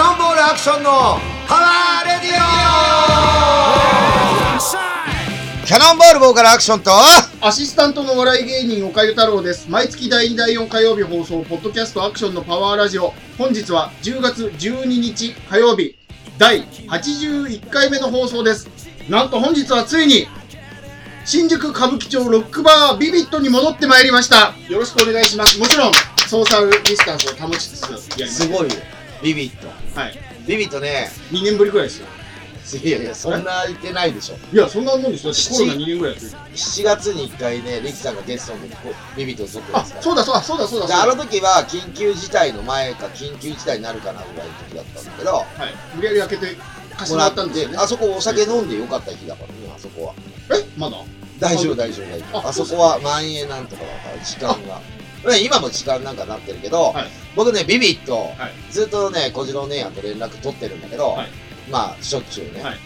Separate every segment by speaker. Speaker 1: ションのパワーレディオキャノンボール棒からアクションと
Speaker 2: アシスタントのお笑い芸人、岡ゆ太郎です。毎月第2、第4火曜日放送、ポッドキャストアクションのパワーラジオ。本日は10月12日火曜日、第81回目の放送です。なんと本日はついに、新宿歌舞伎町ロックバービビットに戻ってまいりました。よろしくお願いします。もちろん、ソーシャルディスタンスを保ちつつやりますす。
Speaker 1: ごいよビビット
Speaker 2: はい。
Speaker 1: ビビットね
Speaker 2: 2年ぶりくらいですよ。
Speaker 1: いやいやそんな言ってないでしょ
Speaker 2: いや、そんなもんですよ。コロナ2年ぐらいやってる。
Speaker 1: 7月に1回ねリキさんがゲストのこうビビットを撮って
Speaker 2: あ、
Speaker 1: ますから
Speaker 2: そうだそうだそうだそうだ。
Speaker 1: であの時は緊急事態の前か緊急事態になるかなぐらいの時だったんだけど
Speaker 2: はい。無理やり開けて、貸してもらったんですよね
Speaker 1: あ。そこお酒飲んでよかった日だからねあそこは
Speaker 2: えまだ
Speaker 1: 大丈夫大丈夫大丈夫
Speaker 2: あ
Speaker 1: あそこは万円なんとかだから時間がね今も時間なんかなってるけど、
Speaker 2: はい
Speaker 1: 僕ねビビッと
Speaker 2: はい
Speaker 1: ずっとね小次郎姉やんと連絡取ってるんだけど、
Speaker 2: はい
Speaker 1: まあしょっちゅうね、
Speaker 2: はい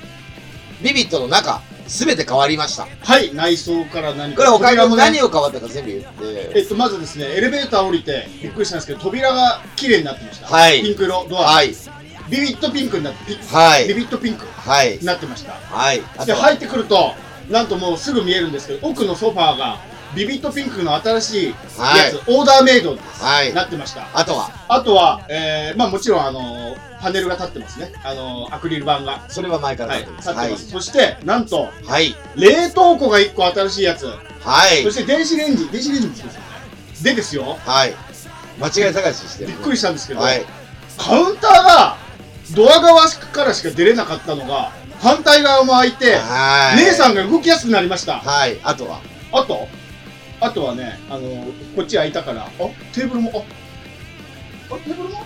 Speaker 1: ビビットの中全て変わりました
Speaker 2: はい、内装から何
Speaker 1: これ他にも
Speaker 2: 扉ね
Speaker 1: 何を変わったか全部言って
Speaker 2: えっと、まずですね、エレベーター降りて、びっくりしたんですけど、扉が綺麗になってました。
Speaker 1: はい
Speaker 2: ピンク色、ドア。
Speaker 1: はい
Speaker 2: ビビットピンクになって、ピ
Speaker 1: はい
Speaker 2: ビビットピンク
Speaker 1: はい
Speaker 2: になってました。
Speaker 1: はいあ
Speaker 2: で、
Speaker 1: とは
Speaker 2: 入ってくると、なんともうすぐ見えるんですけど、奥のソファーが、ビビットピンクの新しいやつ、
Speaker 1: はい
Speaker 2: オーダーメイドです、
Speaker 1: はい
Speaker 2: なってました。
Speaker 1: あとは
Speaker 2: あとは、えー、まあもちろん、あのーパネルが立ってますね。あのーアクリル板が。
Speaker 1: それは前から
Speaker 2: はい、
Speaker 1: だと
Speaker 2: 立
Speaker 1: 思い
Speaker 2: って
Speaker 1: ま
Speaker 2: ますす。
Speaker 1: はい
Speaker 2: そして、なんと、
Speaker 1: はい
Speaker 2: 冷凍庫が1個新しいやつ。
Speaker 1: はい
Speaker 2: そして電子レンジ、電子レンジもそうですよね。でですよ、
Speaker 1: はい間違い探ししてる
Speaker 2: びっくりしたんですけど、
Speaker 1: はい
Speaker 2: カウンターがドア側からしか出れなかったのが、反対側も開いて、
Speaker 1: はい
Speaker 2: 姉さんが動きやすくなりました。
Speaker 1: はいあとは
Speaker 2: あと、あとはね、あのこっち開いたから、あ、テーブルも、あ、あテーブルも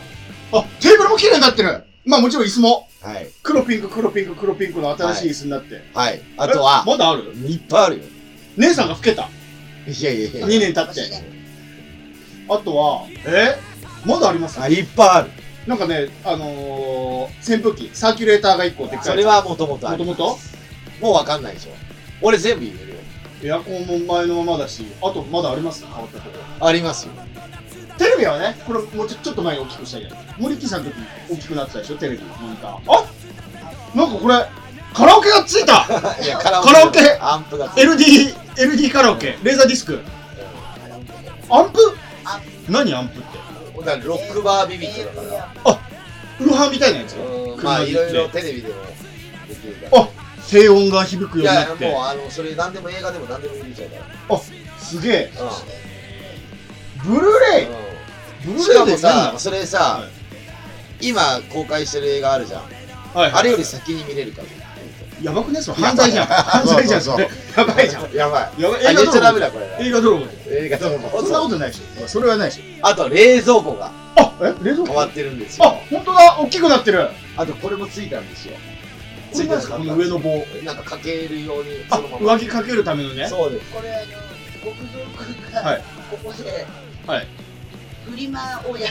Speaker 2: あ、テーブルも綺麗になってるまあもちろん椅子も、
Speaker 1: はい
Speaker 2: 黒ピンク、黒ピンク、黒ピンクの新しい椅子になって。
Speaker 1: はいあとは
Speaker 2: えまだある
Speaker 1: いっぱいあるよ
Speaker 2: 姉さんが老けた。
Speaker 1: いやいやいや
Speaker 2: 2年経って。あとは、えまだあります
Speaker 1: あいっぱいある
Speaker 2: なんかね、あのー、扇風機、サーキュレーターが1個でっかいやつ。
Speaker 1: それはもともとあ
Speaker 2: もと
Speaker 1: る
Speaker 2: もと
Speaker 1: もうわかんないでしょ俺全部言えるよ
Speaker 2: エアコンも前のままだし、あとまだあります変わったとこ
Speaker 1: ありますよ
Speaker 2: テレビはね、これもうちょちょっと前に大きくしたけど、森木さんの時大きくなってたでしょ、テレビ、モニター。あなんかこれ、カラオケがついた
Speaker 1: いやカラ
Speaker 2: カラオケ
Speaker 1: アンプが
Speaker 2: !LD、LD カラオケ、レーザーディスク。アンプ何アンプって。
Speaker 1: だからロックバービビットだから
Speaker 2: ウルハーみたいなやつ
Speaker 1: うんま
Speaker 2: 車
Speaker 1: あ
Speaker 2: で
Speaker 1: い
Speaker 2: 行って
Speaker 1: ろいろテレビでもできるから
Speaker 2: あ低音が響くよう
Speaker 1: い
Speaker 2: にな
Speaker 1: や
Speaker 2: っ
Speaker 1: いやも
Speaker 2: て
Speaker 1: う。あのそれ何でも映画でも何でも見れちゃうから
Speaker 2: すげえ。
Speaker 1: う
Speaker 2: ブルーレイ
Speaker 1: ん
Speaker 2: ブ
Speaker 1: う
Speaker 2: ル
Speaker 1: ん
Speaker 2: ー
Speaker 1: し
Speaker 2: レイ
Speaker 1: か
Speaker 2: で
Speaker 1: もさ
Speaker 2: 何
Speaker 1: それさ
Speaker 2: は
Speaker 1: 今公開してる映画あるじゃん
Speaker 2: はい
Speaker 1: あれより先に見れるから
Speaker 2: やばくねそれ犯罪じゃん。犯罪じゃん。
Speaker 1: そうそ
Speaker 2: そ
Speaker 1: う
Speaker 2: れ やばいじゃん。
Speaker 1: やばい
Speaker 2: やばい
Speaker 1: あ
Speaker 2: 映
Speaker 1: 言っ
Speaker 2: 画
Speaker 1: ちゃ
Speaker 2: 泥
Speaker 1: ダ
Speaker 2: 棒
Speaker 1: メだこれ
Speaker 2: 映画泥棒
Speaker 1: 映画どうも
Speaker 2: そんなことないでしょ。それはないでしょ。
Speaker 1: あと冷蔵庫が
Speaker 2: あ、え冷蔵
Speaker 1: 変
Speaker 2: 庫
Speaker 1: わ
Speaker 2: あ
Speaker 1: っ、てるんですよ
Speaker 2: 本当だ大きくなってる
Speaker 1: あとこれもついたんですよ
Speaker 2: つ
Speaker 1: つ
Speaker 2: い
Speaker 1: いて
Speaker 2: てま
Speaker 1: ますす
Speaker 2: か
Speaker 1: か
Speaker 2: この上の棒。
Speaker 1: なんかかけるように
Speaker 2: あ
Speaker 1: その、まま
Speaker 2: 上着かけるためのね。
Speaker 1: そうです
Speaker 3: これあの極蔵君
Speaker 2: は
Speaker 3: が
Speaker 2: い
Speaker 3: ここで、
Speaker 2: はい
Speaker 3: フリマをやっ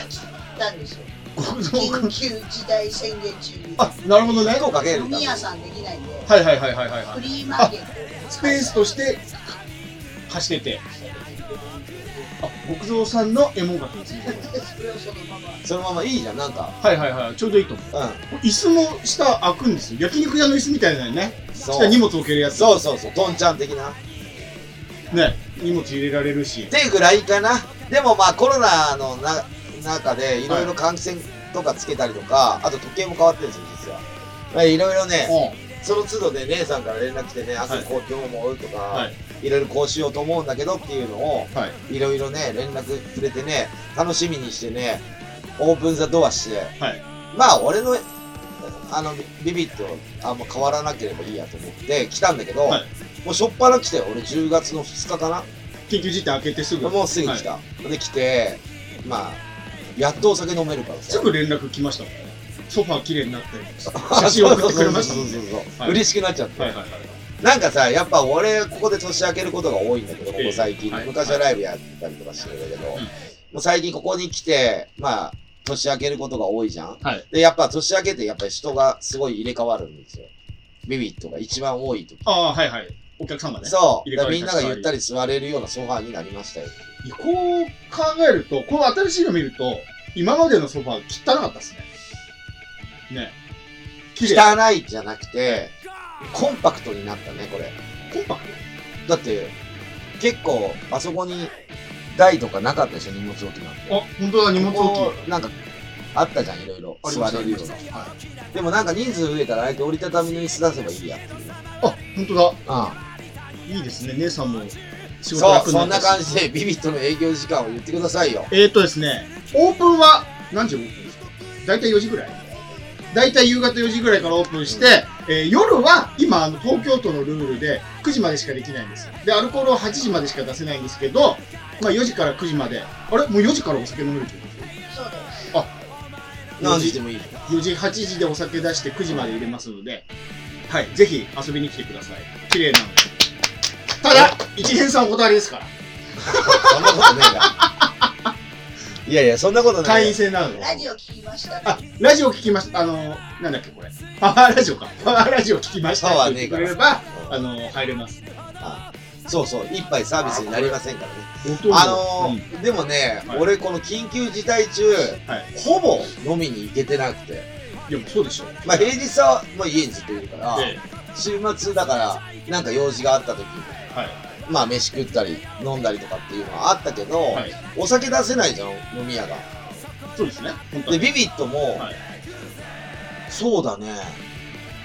Speaker 3: たんですよ
Speaker 2: 極蔵く
Speaker 3: 緊
Speaker 2: ん。
Speaker 3: 急事態宣言中に
Speaker 2: あ、なるほどね。
Speaker 1: 猫かける
Speaker 3: 飲
Speaker 1: ため
Speaker 3: み屋さんできないんで
Speaker 2: はいはいはいはいはいは
Speaker 3: フ
Speaker 2: い。
Speaker 3: リーマーケットを
Speaker 2: スペースとして貸してて。あ、極蔵さんの絵文書きについてる。
Speaker 3: それをそのまま
Speaker 1: そのままいいじゃんなんか
Speaker 2: はいはいはい。ちょうどいいと思う。
Speaker 1: う
Speaker 2: 椅子も下開くんですよ。焼肉屋の椅子みたいなのね。
Speaker 1: んそ
Speaker 2: 下
Speaker 1: う
Speaker 2: に荷物置けるやつ。
Speaker 1: そうそうそうどんちゃん的なっ
Speaker 2: ね。荷物入れられるし。
Speaker 1: ていうぐらいかなでもまあコロナのな中でいろいろ感染とかつけたりとかあと時計も変わってるんですよ実はまあいろいろね
Speaker 2: う
Speaker 1: その都度で姉さんから連絡来てね明
Speaker 2: はい
Speaker 1: 日こう今日もとか、
Speaker 2: ん。はい。
Speaker 1: いろいろこうしようと思うんだけどっていうのを
Speaker 2: はい。
Speaker 1: いろいろね連絡くれてね楽しみにしてねオープンザドアして、
Speaker 2: はい
Speaker 1: まあ俺のあのビビッとあんま変わらなければいいやと思って来たんだけど、
Speaker 2: はい
Speaker 1: もうしょっぱな来て俺10月の2日かな、
Speaker 2: 緊急事態開けてすぐ。
Speaker 1: もうすぐ来た、で来てまあやっとお酒飲めるからさ
Speaker 2: すぐ連絡来ましたもんね。ソファー綺麗になって、
Speaker 1: あ
Speaker 2: 写真送ってくれましたもん
Speaker 1: そう
Speaker 2: ね。
Speaker 1: そうそうそう、
Speaker 2: はい
Speaker 1: 嬉しくなっちゃって、
Speaker 2: はいはいはい。
Speaker 1: なんかさやっぱ俺ここで年明けることが多いんだけどこ
Speaker 2: ええ
Speaker 1: こ最近、
Speaker 2: はい
Speaker 1: 昔はライブやったりとかしてるんだけど、
Speaker 2: ん
Speaker 1: もう最近ここに来てまあ年明けることが多いじゃん
Speaker 2: はい。
Speaker 1: でやっぱ年明けてやっぱり人がすごい入れ替わるんですよビビットが一番多い時
Speaker 2: ああ、はいはい。お客様ね。
Speaker 1: そう
Speaker 2: 入
Speaker 1: だ
Speaker 2: れ
Speaker 1: から
Speaker 2: 替わり
Speaker 1: みんながゆったり座れるようなソファーになりましたよ
Speaker 2: こう考えると、この新しいの見ると、今までのソファー汚かったですね。ね。綺麗。
Speaker 1: 汚いじゃなくて、コンパクトになったね、これ。
Speaker 2: コンパク
Speaker 1: だって、結構、あそこに台とかなかったでしょ、荷物置きなんて。
Speaker 2: ト。あ、本当だ、荷物
Speaker 1: こ
Speaker 2: 置
Speaker 1: こなんか、あったじゃん、いろいろ。
Speaker 2: あり
Speaker 1: 座
Speaker 2: ました
Speaker 1: れるような
Speaker 2: あり。
Speaker 1: でもなんか人数増えたら、あえて折りたたみの椅子出せばいいやっていう。
Speaker 2: き。あ、本当だ。
Speaker 1: う
Speaker 2: いいですね、姉さんも仕
Speaker 1: ん。
Speaker 2: 事
Speaker 1: そう、
Speaker 2: 楽に
Speaker 1: そ
Speaker 2: なんった
Speaker 1: な
Speaker 2: し
Speaker 1: 感じで、ビビットの営業時間を言ってくださいよ。
Speaker 2: えーっとですね、オープンは何時オープンですか大体4時ぐらい大体夕方4時ぐらいからオープンして、えー夜は今あの東京都のルールで9時までしかできないんですでアルコールは8時までしか出せないんですけど、まあ、4時から9時まであれもう4時からお酒飲めるってこと
Speaker 3: そうだよ。
Speaker 1: 何時でもいい。
Speaker 2: 4時8時でお酒出して9時まで入れますのではいぜひ遊びに来てください綺麗なのでただ一元さんお断りですから
Speaker 1: そんなことないから。 いやいや、そんなことない
Speaker 2: 会
Speaker 1: よ
Speaker 2: 員。制なので
Speaker 3: ラジオ聞きました
Speaker 2: あ、ラジオ聞きました。あの、なんだっけ、これ。パワーラジオか。パワーラジオ聞きました。
Speaker 1: パワー
Speaker 2: って
Speaker 1: ね
Speaker 2: 言
Speaker 1: え
Speaker 2: ってく
Speaker 1: か
Speaker 2: れ
Speaker 1: ら
Speaker 2: れば、あの、入れます。
Speaker 1: あそうそう、一杯サービスになりませんからね。あ
Speaker 2: あ
Speaker 1: のーでもね、
Speaker 2: はい
Speaker 1: 俺この緊急事態中、
Speaker 2: はい
Speaker 1: ほぼ飲みに行けてなくて、
Speaker 2: でもそうでしょ。
Speaker 1: まあ平日は、まあ、家にずっといるから、
Speaker 2: ええ
Speaker 1: 週末だから、なんか用事があった時に、
Speaker 2: はい。
Speaker 1: まあ飯食ったり飲んだりとかっていうのはあったけど、
Speaker 2: はい。
Speaker 1: お酒出せないじゃん、飲み屋が。
Speaker 2: そうですね。本当
Speaker 1: で、
Speaker 2: に。
Speaker 1: ビビットも、
Speaker 2: はい
Speaker 1: そうだね、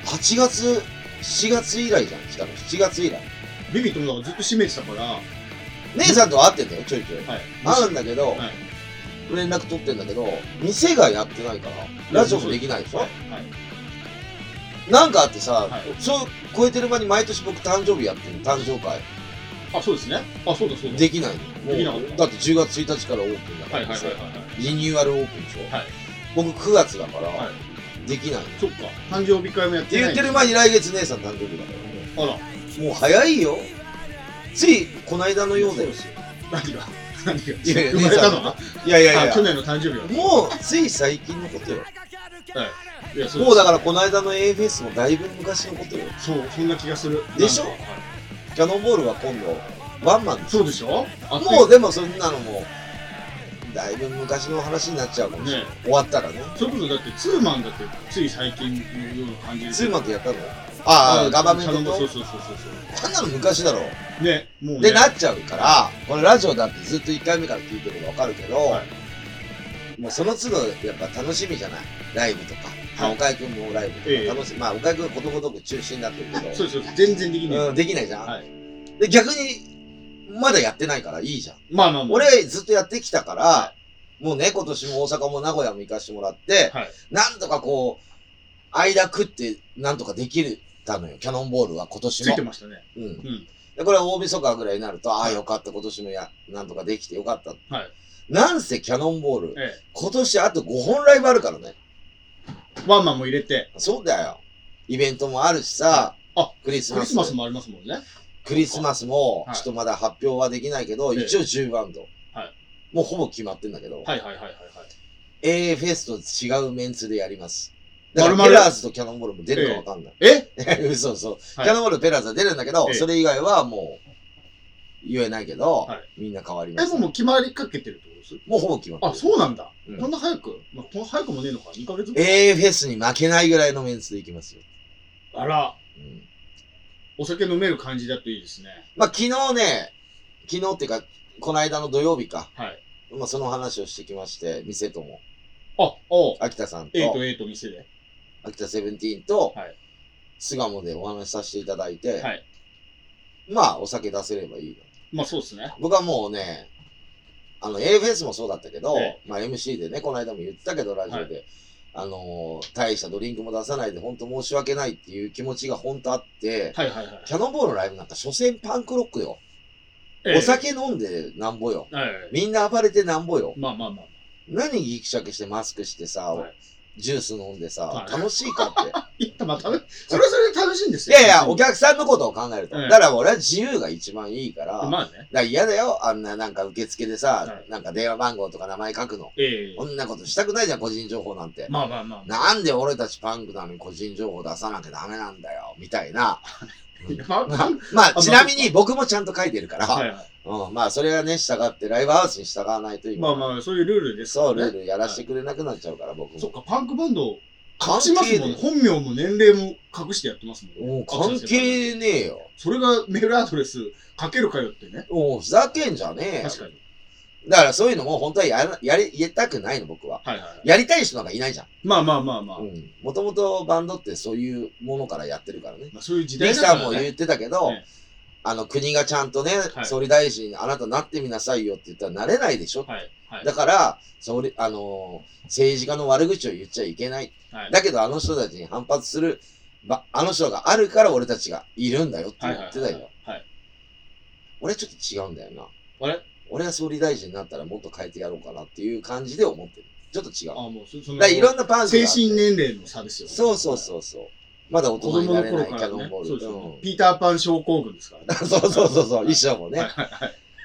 Speaker 1: 8月、7月以来じゃん、来たの、7月以来。
Speaker 2: ビビットもだからずっと閉めてたから、はい。
Speaker 1: 姉さんとは会ってんだよ、ちょいちょい。会うんだけど、
Speaker 2: はい
Speaker 1: 連絡取ってんだけど、店がやってないから、ラジオもできないでしょ
Speaker 2: はい。
Speaker 1: なんかあってさ、
Speaker 2: はい
Speaker 1: そう超えてる間に毎年僕誕生日やってる誕生会
Speaker 2: あ、そうですね。あ、そうだそうだ。
Speaker 1: できない
Speaker 2: できな
Speaker 1: の
Speaker 2: か
Speaker 1: も
Speaker 2: っ
Speaker 1: う
Speaker 2: た
Speaker 1: だって10月1日からオープンだか
Speaker 2: はい
Speaker 1: ら
Speaker 2: はいはいはい。
Speaker 1: リニューアルオープンでしょ、
Speaker 2: はい
Speaker 1: 僕9月だから、
Speaker 2: は
Speaker 1: できないっ
Speaker 2: そっか。誕生日会もやってて
Speaker 1: 言
Speaker 2: ない。
Speaker 1: ってる間に来月姉さん誕生日だか
Speaker 2: あら。
Speaker 1: らもう早いよついこの間のよう
Speaker 2: そ
Speaker 1: で
Speaker 2: うですよ。何が何が
Speaker 1: いやいや
Speaker 2: 生まれたのはい
Speaker 1: やいやい
Speaker 2: あ、
Speaker 1: や
Speaker 2: 去年の誕生日は。
Speaker 1: もうつい最近のことよ
Speaker 2: はい。いや、そうです
Speaker 1: もうだからこの間の A フェスもだいぶ昔のことよ
Speaker 2: そう、そんな気がする。
Speaker 1: でしょ
Speaker 2: なんかはい
Speaker 1: キャノンボールは今度ワンマンで
Speaker 2: そうでしょあ
Speaker 1: もうでもそんなのもだいぶ昔の話になっちゃうかもしれない、
Speaker 2: ね
Speaker 1: 終わったらね
Speaker 2: それこそだってツーマンだってつい最近のような感じで
Speaker 1: ツーマンとやったのああガバメント
Speaker 2: そうそう
Speaker 1: と
Speaker 2: そうそうそ
Speaker 1: あんなの昔だろ
Speaker 2: うねもうね
Speaker 1: でなっちゃうからこれラジオだってずっと1回目から聞いてるの分かるけど、
Speaker 2: は
Speaker 1: もうその都度やっぱ楽しみじゃないライブとか、まあ
Speaker 2: はい
Speaker 1: 岡井君もライブ
Speaker 2: ええ
Speaker 1: とか楽しみ、まあ岡井君はことごとく中止になってる
Speaker 2: そ
Speaker 1: け
Speaker 2: うですそうです全然できない、
Speaker 1: ど、うん、できないじゃん、
Speaker 2: はい
Speaker 1: で逆にまだやってないからいいじゃん
Speaker 2: まあまあまあ
Speaker 1: 俺ずっとやってきたから、もうね、今年も大阪も名古屋も行かしてもらって、
Speaker 2: はい
Speaker 1: なんとかこう、間食ってなんとかできたのよ、キャノンボールは今年
Speaker 2: つ
Speaker 1: も。
Speaker 2: いてましたね
Speaker 1: うん
Speaker 2: ん
Speaker 1: でこれ大晦日ぐらいになると、ああ、よかった、今年もや、なんとかできてよかった。
Speaker 2: はい
Speaker 1: なんせキャノンボール、
Speaker 2: え
Speaker 1: 今年あと5本ライブあるからね。
Speaker 2: えワンマンも入れて
Speaker 1: そうだよ。イベントもあるしさ、
Speaker 2: あ
Speaker 1: クリス
Speaker 2: ク
Speaker 1: マ
Speaker 2: リ
Speaker 1: ス
Speaker 2: スマスもありますもんね
Speaker 1: クリスマスも、
Speaker 2: はい
Speaker 1: ちょっとまだ発表はできないけど、
Speaker 2: ええ
Speaker 1: 一応10バンド。
Speaker 2: はい
Speaker 1: もうほぼ決まってんだけど。
Speaker 2: はいはいはいはいはい
Speaker 1: AA フェスと違うメンツでやります。だから
Speaker 2: 丸々
Speaker 1: ペラーズとキャノンボールも出るかわかんない。
Speaker 2: え
Speaker 1: 嘘嘘。
Speaker 2: はい
Speaker 1: キャノンボールとペラーズは出るんだけど、
Speaker 2: ええ
Speaker 1: それ以外はもう言えないけど、
Speaker 2: はい
Speaker 1: みんな変わりま
Speaker 2: え
Speaker 1: す。
Speaker 2: もう
Speaker 1: も
Speaker 2: もう決まりかけてるってことです
Speaker 1: うほぼ決まってる
Speaker 2: あそうなんだ、
Speaker 1: うん
Speaker 2: こんな早く、まあ、こんな早くもねえのか2ヶ月
Speaker 1: AA フェスに負けないぐらいのメンツでいきますよ。
Speaker 2: あら
Speaker 1: うん
Speaker 2: お酒飲める感じだといいですね
Speaker 1: まあ昨日ね、昨日っていうか、この間の土曜日か。
Speaker 2: はい
Speaker 1: まあその話をしてきまして、店とも、
Speaker 2: あおう
Speaker 1: 秋田さんと、
Speaker 2: ええとええと店で
Speaker 1: 秋田セブンティーンと
Speaker 2: はい、
Speaker 1: 巣鴨でお話しさせていただいて、
Speaker 2: はい
Speaker 1: まあお酒出せればいいな
Speaker 2: まあそうですね
Speaker 1: 僕はもうね、あの、A フェスもそうだったけど、
Speaker 2: え
Speaker 1: まあ MC でね、この間も言ってたけど、ラジオで、あのー大したドリンクも出さないで、本当申し訳ないっていう気持ちが本当あって、
Speaker 2: はいはいはい
Speaker 1: キャノンボールのライブなんか、所詮パンクロックよ。
Speaker 2: ええ
Speaker 1: お酒飲んでなんぼよ。
Speaker 2: はいはいはい
Speaker 1: みんな暴れてなんぼよ。
Speaker 2: まあまあまあ
Speaker 1: 何ギクシャクしてマスクしてさ、
Speaker 2: はい
Speaker 1: ジュース飲んでさ、
Speaker 2: はい
Speaker 1: 楽しいかっ
Speaker 2: いや、まあ、楽それはそれで楽しいんです
Speaker 1: て。い や
Speaker 2: よ。
Speaker 1: いや、お客さんのことを考えると。
Speaker 2: ええ
Speaker 1: だから俺は自由が一番いいから、だか
Speaker 2: まあね。
Speaker 1: ら嫌だよ、あんななんか受付でさ
Speaker 2: は、い
Speaker 1: なんか電話番号とか名前書くの。
Speaker 2: ええ
Speaker 1: こんなことしたくないじゃん、個人情報なんて。
Speaker 2: まあまあまあまあ。
Speaker 1: なんで俺たちパンクなのに個人情報出さなきゃダメなんだよ、みたいな。
Speaker 2: まあまあ
Speaker 1: まあ、ちなみに僕もちゃんと書いてるから、
Speaker 2: はいはい
Speaker 1: うん、まあ、それはね、従って、ライブハウスに従わないと今、
Speaker 2: まあまあ、そういうルールです
Speaker 1: そう、
Speaker 2: よね
Speaker 1: ルールやらせてくれなくなっちゃうから、僕
Speaker 2: そっ
Speaker 1: も。
Speaker 2: か、パンクバンド
Speaker 1: 関
Speaker 2: します
Speaker 1: 係
Speaker 2: もん。
Speaker 1: ね
Speaker 2: 本名も年齢も隠してやってますもん。
Speaker 1: え。もう関係ねえよ。
Speaker 2: それがメールアドレス書けるかよってね。
Speaker 1: もうふざけんじゃねえよ
Speaker 2: 確。かに。
Speaker 1: だからそういうのも本当はやら、やり、やりたくないの僕は。
Speaker 2: はいはいはい。
Speaker 1: やりたい人なんかいないじゃん。
Speaker 2: まあまあまあまあ。
Speaker 1: うん。もともとバンドってそういうものからやってるからね。
Speaker 2: まあそういう時代
Speaker 1: リ
Speaker 2: だ
Speaker 1: さ
Speaker 2: か
Speaker 1: ん
Speaker 2: ら
Speaker 1: も
Speaker 2: ね。
Speaker 1: 言ってたけど、
Speaker 2: え
Speaker 1: あの国がちゃんとね、
Speaker 2: はい
Speaker 1: 総理大臣あなたなってみなさいよって言ったらなれないでしょ、
Speaker 2: はいはい
Speaker 1: だから総理あのー政治家の悪口を言っちゃいけない、
Speaker 2: はい
Speaker 1: だけどあの人たちに反発するばあの人があるから俺たちがいるんだよって言ってたよ、
Speaker 2: はいはいはいはい。
Speaker 1: 俺ちょっと違うんだよな
Speaker 2: あれ
Speaker 1: 俺が総理大臣になったらもっと変えてやろうかなっていう感じで思ってるちょっと違
Speaker 2: あ
Speaker 1: う
Speaker 2: もうそそ
Speaker 1: だ
Speaker 2: の
Speaker 1: からいろんなパンチ
Speaker 2: 精
Speaker 1: があって
Speaker 2: 神年齢の差ですよね。
Speaker 1: そうそうそうそうまだ大
Speaker 2: 子
Speaker 1: 人に
Speaker 2: 供
Speaker 1: な
Speaker 2: の
Speaker 1: れない
Speaker 2: 頃
Speaker 1: キ
Speaker 2: か
Speaker 1: ャ
Speaker 2: ら
Speaker 1: ノン
Speaker 2: ね
Speaker 1: ボ。ール
Speaker 2: そうですよ
Speaker 1: うん
Speaker 2: ね。ピーターパン症候群ですからね。
Speaker 1: そうそうそうそう、
Speaker 2: はい
Speaker 1: 衣装もね。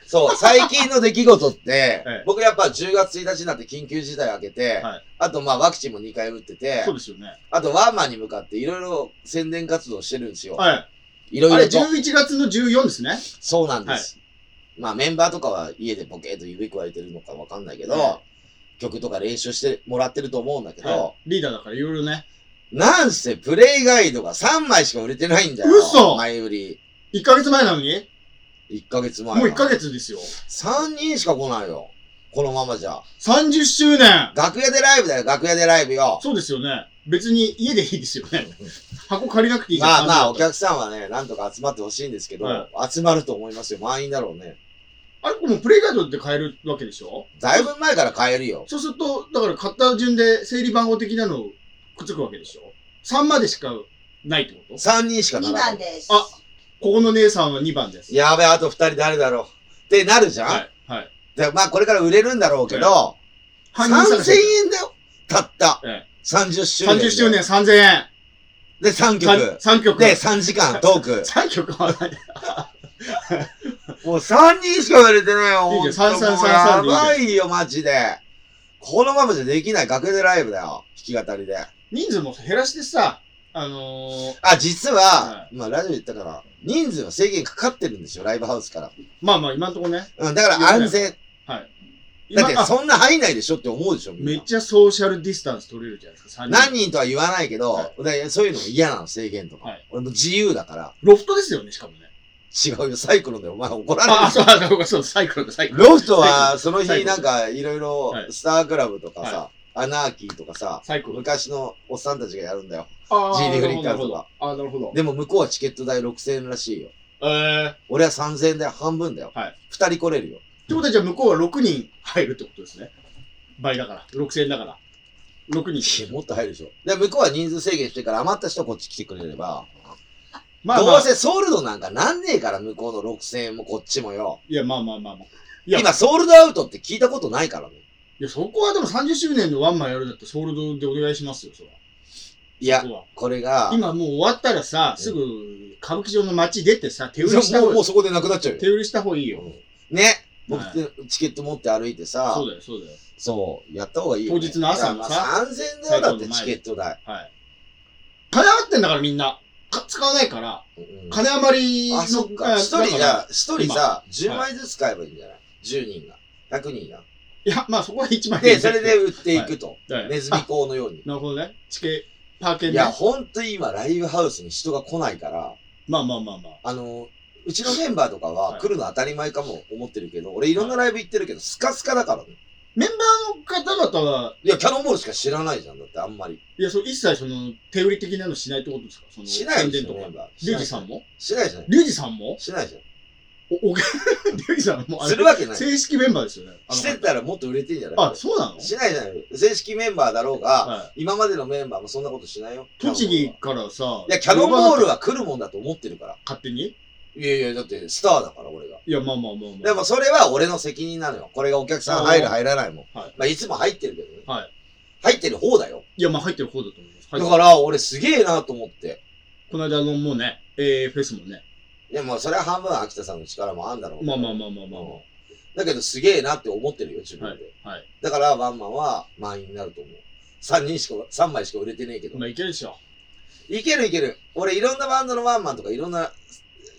Speaker 1: そう、最近の出来事 って
Speaker 2: ええ、
Speaker 1: 僕やっぱ10月1日になって緊急事態開けて
Speaker 2: はい、
Speaker 1: あとまあワクチンも2回打ってて
Speaker 2: そう、ですよね。
Speaker 1: あとワーマンに向かっていろいろ宣伝活動してるんですよ。
Speaker 2: はい。
Speaker 1: いろ
Speaker 2: あ
Speaker 1: い
Speaker 2: れ
Speaker 1: ろと。
Speaker 2: 11月の14ですね。
Speaker 1: そうなんです。まあメンバーとかは家でボケーと指くわえてるのかわかんないけど
Speaker 2: は、
Speaker 1: 曲とか練習してもらってると思うんだけど
Speaker 2: は、いリーダーだからいろいろね。
Speaker 1: なんせプレイガイドが3枚しか売れてないんだよ。
Speaker 2: 嘘
Speaker 1: 前売り。
Speaker 2: 1ヶ月前なのに
Speaker 1: 1ヶ月前は。
Speaker 2: もう1ヶ月ですよ。
Speaker 1: 3人しか来ないよ。このままじゃ。
Speaker 2: 30周年
Speaker 1: 楽屋でライブだよ、楽屋でライブよ。
Speaker 2: そうですよね。別に家でいいですよね。箱借りなくていいじゃん。
Speaker 1: まあまあ、お
Speaker 2: 30だっ
Speaker 1: 客さんはね、なんとか集まってほしいんですけど、
Speaker 2: は
Speaker 1: 集まると思いますよ。満員だろうね。
Speaker 2: たらあれ、もうプレイガイドで買えるわけでしょ
Speaker 1: だいぶ前から買えるよ。
Speaker 2: そうすると、だから買った順で整理番号的なのをくっつくわけでしょ ?3 までしかないってこと
Speaker 1: 3人しか
Speaker 3: 2
Speaker 1: ならな
Speaker 3: 番
Speaker 1: い。
Speaker 3: です。
Speaker 2: あここの姉さんは2番です。
Speaker 1: やべえ、あと2人誰だろう。ってなるじゃん、
Speaker 2: はい。はい。
Speaker 1: でまあ、これから売れるんだろうけど、
Speaker 2: 犯人探
Speaker 1: 3000
Speaker 2: し
Speaker 1: 円だよ。たった。
Speaker 2: え
Speaker 1: 30周年。
Speaker 2: 30周。年3000円。
Speaker 1: で、3曲。
Speaker 2: 3曲。。
Speaker 1: で、3時間トーク
Speaker 2: 3曲はない。
Speaker 1: もう3人しか売れてないよ。
Speaker 2: いいじゃん
Speaker 1: ほともう
Speaker 2: 3333でいいじゃ
Speaker 1: や
Speaker 2: ん
Speaker 1: ばいよ、マジで。このままじゃできない。楽屋でライブだよ。弾き語りで。
Speaker 2: 人数も減らしてさ、あのー、
Speaker 1: あ、実は、
Speaker 2: は
Speaker 1: まあラジオ言ったから、人数は制限かかってるんですよ、ライブハウスから。
Speaker 2: まあまあ今んとこね。
Speaker 1: うん、だから安全。
Speaker 2: 今
Speaker 1: だって
Speaker 2: あ
Speaker 1: そんな入んないでしょって思うでしょ、みんな
Speaker 2: めっちゃソーシャルディスタンス取れるじゃないですか、3人。
Speaker 1: 何人とは言わないけど、
Speaker 2: は
Speaker 1: でそういうのも嫌なの、制限とか。
Speaker 2: はい
Speaker 1: 俺も自由だから、
Speaker 2: ロフトですよね、しかもね。
Speaker 1: 違うよ、サイクロンだよ、お前怒られる
Speaker 2: あ、
Speaker 1: よ。
Speaker 2: そうだ、そうだ、そうだ、サイクロンだ、サイクロン。
Speaker 1: ロフトは、その
Speaker 2: サイ
Speaker 1: 日
Speaker 2: クロ
Speaker 1: な
Speaker 2: ン
Speaker 1: んか、いろいろ
Speaker 2: は、い
Speaker 1: スタークラブとかさ、
Speaker 2: は
Speaker 1: アナーキーとかさ、
Speaker 2: サイクロン。
Speaker 1: 昔のおっさんたちがやるんだよ。
Speaker 2: あー
Speaker 1: GD フリッカーとか。
Speaker 2: なるほどなるほどあー、なるほど。
Speaker 1: でも向こうはチケット代6000円らしいよ。
Speaker 2: えー、っ
Speaker 1: 俺は3000円で半分だよ。
Speaker 2: はい
Speaker 1: 2人来れるよ。
Speaker 2: てことはじゃあ向こうは6人入るってことですね。倍だから。6000円だから。6
Speaker 1: いや
Speaker 2: 人。
Speaker 1: もっと入るでしょ。で、向こうは人数制限してるから余った人はこっち来てくれれば。
Speaker 2: まあま
Speaker 1: どう
Speaker 2: あ、
Speaker 1: せソールドなんかなんねえから、向こうの6000円もこっちもよ。
Speaker 2: いや、まあまあまあまあ。いや、
Speaker 1: 今、ソールドアウトって聞いたことないからね。
Speaker 2: いやそこはでも30周年のワンマンやるんだってソールドでお願いしますよ、そら。
Speaker 1: いや
Speaker 2: そ、こは
Speaker 1: これが、
Speaker 2: 今もう終わったらさ、すぐ歌舞伎町の街出てさ、手売りした
Speaker 1: も
Speaker 2: 方
Speaker 1: うもうそこでなくなっちゃう
Speaker 2: 手
Speaker 1: よ。
Speaker 2: 売りした方がいいよ。
Speaker 1: ね。僕ってチケット持って歩いてさ
Speaker 2: そ、うだよ、そうだよ。
Speaker 1: そう、やった方がいいよね。
Speaker 2: 当日の朝のさ
Speaker 1: いやまあ3000円だよ、だってチケット代。
Speaker 2: はい。金余ってんだからみんな。か使わないから、
Speaker 1: うん
Speaker 2: 金余りの、
Speaker 1: あ、そっか。
Speaker 2: あ
Speaker 1: 一人じゃ
Speaker 2: だか
Speaker 1: あ、一人さ、10枚ずつ買えばいいんじゃない ?10 人が。100人 が。
Speaker 2: らいや、まあそこは1枚
Speaker 1: で、それで売っていくと。
Speaker 2: はい
Speaker 1: ネズミ講のように。
Speaker 2: なるほどね。チケ、パーケン
Speaker 1: い
Speaker 2: ね
Speaker 1: や、。ほんと今、ライブハウスに人が来ないから、
Speaker 2: まあまあまあまあ。
Speaker 1: あの、うちのメンバーとか
Speaker 2: は
Speaker 1: はい来るの当たり前かも思ってるけど、俺いろんなライブ行ってるけど、スカスカだからね。
Speaker 2: メンバーの方々は、
Speaker 1: いや、キャノンボールしか知らないじゃん、だってあんまり。
Speaker 2: いや、そう一切その、手売り的なのしないってことですかその、
Speaker 1: しない
Speaker 2: 宣
Speaker 1: で
Speaker 2: 伝
Speaker 1: しょ、
Speaker 2: とか
Speaker 1: メ。ンバー。
Speaker 2: リュウジさんも
Speaker 1: しないじゃない。
Speaker 2: リュウジさんも
Speaker 1: しないじゃ
Speaker 2: お、 お、リュウジさんも
Speaker 1: ん。
Speaker 2: あ
Speaker 1: す
Speaker 2: れ
Speaker 1: る、わけない。
Speaker 2: 正式メンバーですよね。あの
Speaker 1: してたらもっと売れてんじゃない
Speaker 2: あ、そうなの
Speaker 1: しないじゃない。正式メンバーだろうが、
Speaker 2: は
Speaker 1: 今までのメンバーもそんなことしないよ。
Speaker 2: い。栃木からさ、
Speaker 1: いや、キャノンボール
Speaker 2: は
Speaker 1: は来るもんだと思ってるから。
Speaker 2: 勝手に
Speaker 1: いやいや、だってスターだから、俺が。
Speaker 2: いや、まあまあまあまあ。
Speaker 1: でも、それは俺の責任なのよ。これがお客さん入る
Speaker 2: あー
Speaker 1: 入らないもん。
Speaker 2: はい
Speaker 1: まあ、いつも入ってるけどね。
Speaker 2: はい
Speaker 1: 入ってる方だよ。
Speaker 2: いや、まあ入ってる方だと思います。入
Speaker 1: だ
Speaker 2: って
Speaker 1: から、俺すげえなと思って。
Speaker 2: この間のもうね、えー、フェスもね。
Speaker 1: でも、それは半分秋田さんの力もあんだろうけど
Speaker 2: まあまあまあまあまあま
Speaker 1: だけどすげえなって思ってるよ、自分で。
Speaker 2: あ。はい。
Speaker 1: だからワンマンは満員になると思う。3人しか、3枚しか売れてねえけど
Speaker 2: ま。あいけるでしょ。
Speaker 1: いけるいける。俺いろんなバンドのワンマンとかいろんな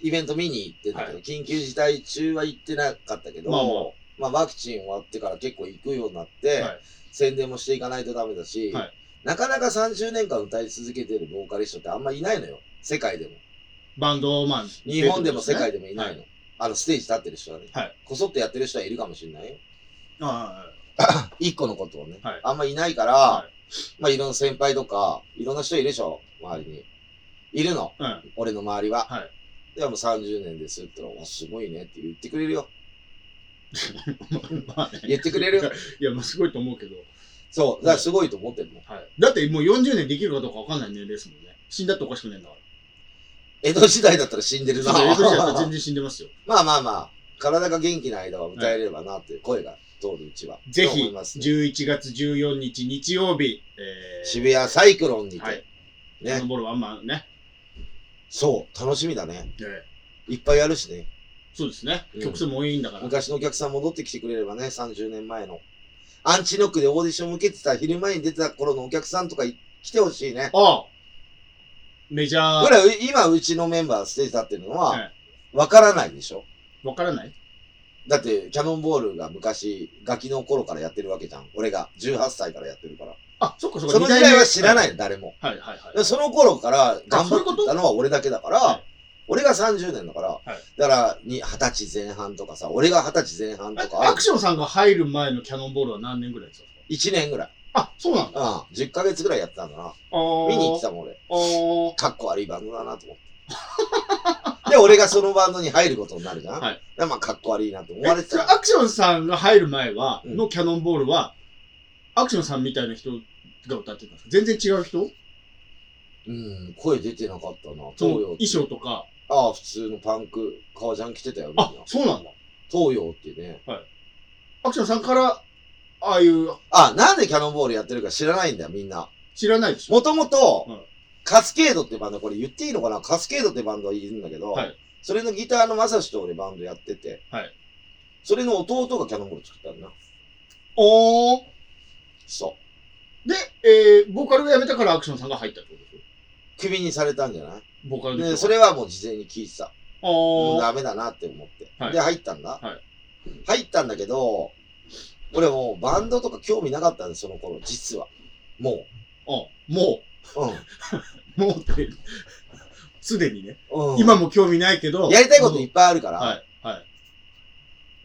Speaker 1: イベント見に行ってんだけど、
Speaker 2: は
Speaker 1: 緊急事態中は行ってなかったけど、
Speaker 2: まあ
Speaker 1: まあワクチン終わってから結構行くようになって、
Speaker 2: はい
Speaker 1: 宣伝もしていかないとダメだし、
Speaker 2: はい
Speaker 1: なかなか30年間歌い続けてるボーカリストってあんまいないのよ。世界でも。
Speaker 2: バンドマン。
Speaker 1: 日本でも世界でもいな
Speaker 2: はい
Speaker 1: の。あの、ステージ立ってる人はね。
Speaker 2: はい
Speaker 1: こそっとやってる人はいるかもしれないよ。
Speaker 2: あ
Speaker 1: 一個のことをね。
Speaker 2: はい
Speaker 1: あんまいないから、
Speaker 2: は
Speaker 1: まあいろんな先輩とか、いろんな人いるでしょ周りに。いるの。
Speaker 2: あ、うん。
Speaker 1: 俺の周りは。
Speaker 2: はい。
Speaker 1: でもう30年ですって言ったら、おすごいねって言ってくれるよ。
Speaker 2: まあね
Speaker 1: 言ってくれるよ。
Speaker 2: いや、まあすごいと思うけど。
Speaker 1: そう。だからすごいと思ってるもん。
Speaker 2: はい。だってもう40年できるかどうかわかんない年齢ですもんね。死んだっておかしくないんだから。
Speaker 1: 江戸時代だったら死んでるな。
Speaker 2: そう江戸時代だったら全然死んでますよ。
Speaker 1: まあまあまあ、体が元気な間は歌えればなっていう声が通るうちは。
Speaker 2: ぜ
Speaker 1: と思
Speaker 2: ひ、
Speaker 1: いますね
Speaker 2: 11月14日日曜日、えー、
Speaker 1: 渋谷サイクロンに
Speaker 2: はい
Speaker 1: て。。
Speaker 2: ね。
Speaker 1: ね。
Speaker 2: ボールワンマンね。
Speaker 1: そう、楽しみだね。
Speaker 2: えー
Speaker 1: いっぱいやるしね。
Speaker 2: そうですね
Speaker 1: う。ん
Speaker 2: 曲数も多いんだから。
Speaker 1: 昔のお客さん戻ってきてくれればね、30年前の。アンチノックでオーディション受けてた昼前に出てた頃のお客さんとかい来てほしいね。
Speaker 2: ああメジャー。
Speaker 1: ほら、う今うちのメンバーステージ立ってるのは
Speaker 2: え、
Speaker 1: わからないでしょ。
Speaker 2: わからない
Speaker 1: だって、キャノンボールが昔、ガキの頃からやってるわけじゃん。俺が18歳からやってるから。
Speaker 2: あ、そっかそっか。。
Speaker 1: その時代は知らないい、誰も。
Speaker 2: はいはいはい。
Speaker 1: でその頃から頑張
Speaker 2: そうい
Speaker 1: っ
Speaker 2: うこと
Speaker 1: てたのは俺だけだから、
Speaker 2: はい
Speaker 1: 俺が30年だから、だからに20歳前半とかさ、俺が20歳前半と
Speaker 2: えア
Speaker 1: か
Speaker 2: ク、ションさんが入る前のキャノンボールは何年ぐらいですか
Speaker 1: 1年ぐらい、
Speaker 2: あ、そうなん
Speaker 1: う
Speaker 2: だ。
Speaker 1: ん、10ヶ月ぐらいやってたんだな。
Speaker 2: あー
Speaker 1: 見に行ってたもん俺、
Speaker 2: あー
Speaker 1: かっこ悪いバンドだなと思って。 で、俺がそのバンドに入ることになるじゃん。
Speaker 2: はい
Speaker 1: だからまあ、かっこ悪いなと思わ
Speaker 2: え
Speaker 1: れて
Speaker 2: そ
Speaker 1: た
Speaker 2: れ
Speaker 1: よ。
Speaker 2: アクションさんが入る前は、
Speaker 1: うん
Speaker 2: のキャノンボールは、アクションさんみたいな人が歌ってたんですか全然違う人
Speaker 1: うん、声出てなかったな。
Speaker 2: そ
Speaker 1: 東洋っ
Speaker 2: の衣
Speaker 1: て。
Speaker 2: 装とか。
Speaker 1: ああ、普通のパンク、革ジャン着てたよ、みんな
Speaker 2: あ、。そうなんだ。
Speaker 1: 東洋っていうね。
Speaker 2: アクションさんから、ああいう、
Speaker 1: あ、なんでキャノンボールやってるか知らないんだよ、みんな。
Speaker 2: 知らないでしょ
Speaker 1: もともと
Speaker 2: うん、
Speaker 1: カスケードってバンド、これ言っていいのかなカスケードってバンドいるんだけど、
Speaker 2: はい
Speaker 1: それのギターのまさしと俺バンドやってて、
Speaker 2: はい
Speaker 1: それの弟がキャノンボール作ったんだな。
Speaker 2: おー。
Speaker 1: そう。
Speaker 2: で、えー、ボーカルが辞めたからアクションさんが入ったってことでし
Speaker 1: クビにされたんじゃない
Speaker 2: ょボーカルの人
Speaker 1: で
Speaker 2: が
Speaker 1: それはもう事前に聞いてた。
Speaker 2: あ
Speaker 1: もう
Speaker 2: ー。
Speaker 1: ダメだなって思って。
Speaker 2: はい
Speaker 1: で、入ったんだ、
Speaker 2: はい
Speaker 1: 入ったんだけど、俺もうバンドとか興味なかったんです、その頃、実は。も
Speaker 2: あ、も
Speaker 1: う。うん。
Speaker 2: う、もうって、 すでにね、
Speaker 1: うん
Speaker 2: 今も興味ないけど。
Speaker 1: やりたいこといっ
Speaker 2: ぱ
Speaker 1: ぱいあるから、
Speaker 2: はい、はい。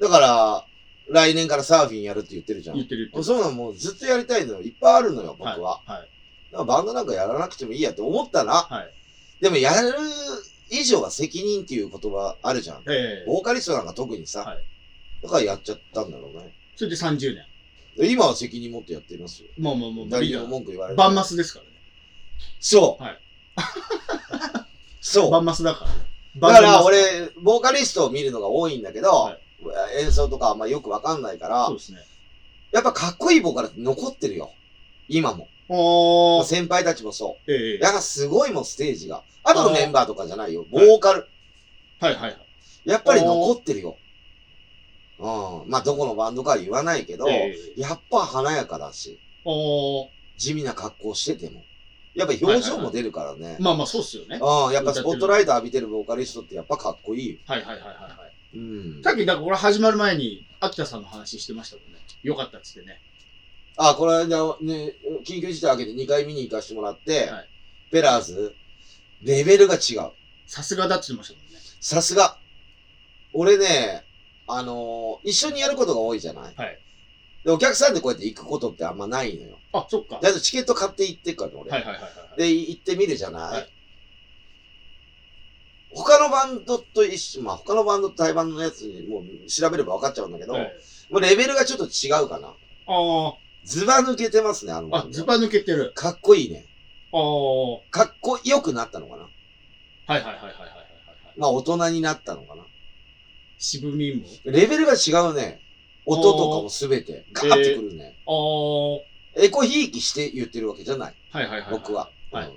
Speaker 1: だから、来年からサーフィンやるって言ってるじゃん
Speaker 2: 言。ってる言
Speaker 1: もう
Speaker 2: って
Speaker 1: そ
Speaker 2: る。
Speaker 1: うなの、もうずっとやりたいのよ。いっぱいあるのよ、僕は。
Speaker 2: い、はい。
Speaker 1: だからバンドなんかやらなくてもいいやって思ったな。
Speaker 2: はい。
Speaker 1: でも、やる以上は責任っていう言葉あるじゃん。
Speaker 2: えー、
Speaker 1: ボーカリストなんか特にさ。
Speaker 2: はい
Speaker 1: だからやっちゃったんだろうね。
Speaker 2: それで30年。
Speaker 1: で今は責任持ってやってますよ。
Speaker 2: まあまあまあまあ、
Speaker 1: 何
Speaker 2: リ
Speaker 1: に
Speaker 2: ー
Speaker 1: も
Speaker 2: ダー。
Speaker 1: 文句言われない。
Speaker 2: バンマスですからね。
Speaker 1: そう。
Speaker 2: はい
Speaker 1: そ
Speaker 2: バ
Speaker 1: う。
Speaker 2: ンマスだからね。
Speaker 1: だか
Speaker 2: バンマ
Speaker 1: ら
Speaker 2: ス、
Speaker 1: 俺、ボーカリストを見るのが多いんだけど、
Speaker 2: は
Speaker 1: 演奏とかあんまよくわかんないから
Speaker 2: そう、ですね。
Speaker 1: やっぱかっこいいボーカルって残ってるよ。今も。
Speaker 2: ああ、
Speaker 1: 先輩たちもそう。
Speaker 2: ええ
Speaker 1: やっぱすごいもん、ステージが。あとのメンバーとかじゃないよ。ボーカル。
Speaker 2: はいはいはい。
Speaker 1: やっぱり残ってるよ。うん。まあ、どこのバンドかは言わないけど、
Speaker 2: ええ
Speaker 1: やっぱ華やかだし、
Speaker 2: あ
Speaker 1: 地味な格好してても。やっぱ表情も出るからね
Speaker 2: あ、。まあまあそうっすよね。
Speaker 1: うん。やっぱスポットライト浴びてるボーカリストってやっぱかっこいいよ。
Speaker 2: はいはいはいはいはい。
Speaker 1: うん
Speaker 2: さ。っき、だからこれ始まる前に、秋田さんの話してましたもんね。よかったっつってね。
Speaker 1: あ、この間ね、緊急事態明けて2回見に行かしてもらって、
Speaker 2: はい
Speaker 1: ペラーズ、レベルが違う。
Speaker 2: さすがだっつってましたもんね。
Speaker 1: さすが。俺ね、あのー一緒にやることが多いじゃない
Speaker 2: はい。
Speaker 1: で、お客さんでこうやって行くことってあんまないのよ。
Speaker 2: あ、そっか。は
Speaker 1: だ
Speaker 2: い
Speaker 1: いたいチケット買って行ってっからね、俺。
Speaker 2: はいはいはい。
Speaker 1: で、行ってみるじゃない、
Speaker 2: はい
Speaker 1: 他のバンドと一緒、まあ他のバンドと対バンドのやつにもう調べれば分かっちゃうんだけど、
Speaker 2: はい
Speaker 1: もうレベルがちょっと違うかな。
Speaker 2: あ
Speaker 1: ズバ抜けてますね、あの
Speaker 2: あ、
Speaker 1: バ
Speaker 2: あ、
Speaker 1: ン
Speaker 2: ズ
Speaker 1: ド。
Speaker 2: バ抜けてる。
Speaker 1: かっこいいね。
Speaker 2: ああ、は
Speaker 1: かっこよくなったのかない
Speaker 2: はいはいはいはいはいはい。
Speaker 1: まあ大人になったのかな
Speaker 2: 渋みも。
Speaker 1: レベルが違うね。音とかもすべてガーってくるね。
Speaker 2: ああ、は
Speaker 1: エコひいきして言ってるわけじゃない。
Speaker 2: いはいはいい。
Speaker 1: 僕は。
Speaker 2: はい
Speaker 1: うん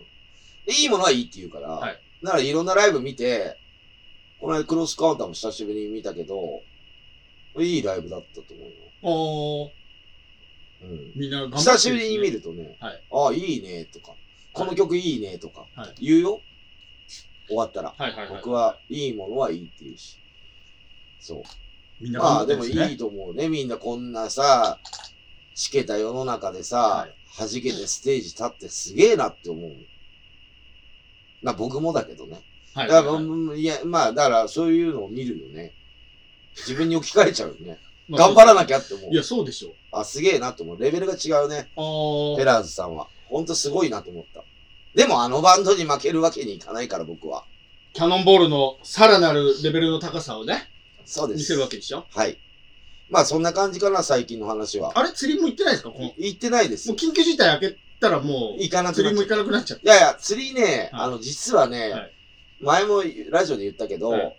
Speaker 1: でいいものはいいって言うから、
Speaker 2: はい
Speaker 1: だからいろんなライブ見て、この間クロスカウンターも久しぶりに見たけど、いいライブだったと思うよ。
Speaker 2: ああ、
Speaker 1: うん、
Speaker 2: みんな頑張ってる
Speaker 1: 久しぶりに見るとね、
Speaker 2: はい
Speaker 1: ああ、いいねとか、この曲いいねとか
Speaker 2: は
Speaker 1: 言うよ。終わったら。
Speaker 2: はいはいはい。
Speaker 1: 僕は、いいものはいいって言うし。そう。
Speaker 2: みんな頑
Speaker 1: ま
Speaker 2: 張
Speaker 1: あ
Speaker 2: って
Speaker 1: で
Speaker 2: るん
Speaker 1: も
Speaker 2: ですね。
Speaker 1: いいと思うね。みんなこんなさ、しけた世の中でさ、
Speaker 2: はい
Speaker 1: 弾けてステージ立ってすげえなって思う。まあ僕もだけどね。
Speaker 2: はい。
Speaker 1: だから、うんいや、まあだからそういうのを見るよね。自分に置き換えちゃうよね。
Speaker 2: まあ
Speaker 1: 頑張らなきゃって思う
Speaker 2: い。や、そうでしょ
Speaker 1: あ、すげえなって思う。レベルが違うね。
Speaker 2: う。
Speaker 1: ペ
Speaker 2: ああ。
Speaker 1: ラーズさんは。ほんとすごいなと思った。でもあのバンドに負けるわけにいかないから僕は。
Speaker 2: キャノンボールのさらなるレベルの高さをね、
Speaker 1: そうで
Speaker 2: 見
Speaker 1: す。
Speaker 2: せるわけでしょ
Speaker 1: はい。まあそんな感じかな、最近の話は。
Speaker 2: あれ釣りも行ってないですかこのも
Speaker 1: い行ってないで
Speaker 2: う
Speaker 1: す。
Speaker 2: 緊急事態開けたらも
Speaker 1: 行かな
Speaker 2: う、
Speaker 1: く
Speaker 2: 釣
Speaker 1: なっ
Speaker 2: り
Speaker 1: ち
Speaker 2: も
Speaker 1: ゃう
Speaker 2: 行かなくなっちゃっ
Speaker 1: いやいや、釣りね、
Speaker 2: はい
Speaker 1: あの、実はね、
Speaker 2: はい
Speaker 1: 前もラジオで言ったけ
Speaker 2: た。
Speaker 1: ど、
Speaker 2: はい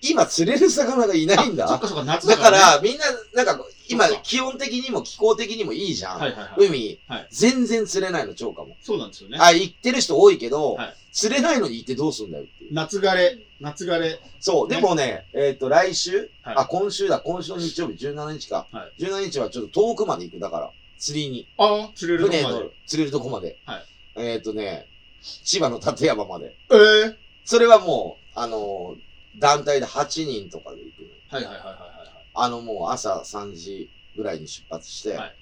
Speaker 1: 今釣れる魚がいないん
Speaker 2: あそ
Speaker 1: だ。
Speaker 2: っかそっか、夏
Speaker 1: だ
Speaker 2: だ
Speaker 1: か、
Speaker 2: かららね。
Speaker 1: みんな、なんかこう、今
Speaker 2: そっ、か
Speaker 1: 気温的にも気候的にもいいじゃん。
Speaker 2: はいはいはい。
Speaker 1: 海、
Speaker 2: はい
Speaker 1: 全然釣れないの、超過も。
Speaker 2: そうなんですよね。
Speaker 1: あ、行ってる人多いけど、
Speaker 2: はい
Speaker 1: 釣れないのに行ってどうすんだよっていう。
Speaker 2: 夏枯れ、夏枯れ。
Speaker 1: そう、
Speaker 2: ね
Speaker 1: でもね、えっ、と、来週、
Speaker 2: はい
Speaker 1: あ、今週だ、今週の日曜日17日か。
Speaker 2: は
Speaker 1: 17日はちょっと遠くまで行く、だから、釣りに。
Speaker 2: ああ、釣れるとこ
Speaker 1: 船
Speaker 2: ま
Speaker 1: の
Speaker 2: で。
Speaker 1: 釣れるとこまで。
Speaker 2: はい
Speaker 1: えっ、とね、千葉の館山まで。
Speaker 2: ええ。
Speaker 1: それはもう、あのー団体で8人とかで行くの。
Speaker 2: はいはいはいはいは
Speaker 1: あの、もう朝3時ぐらいに出発して、
Speaker 2: はい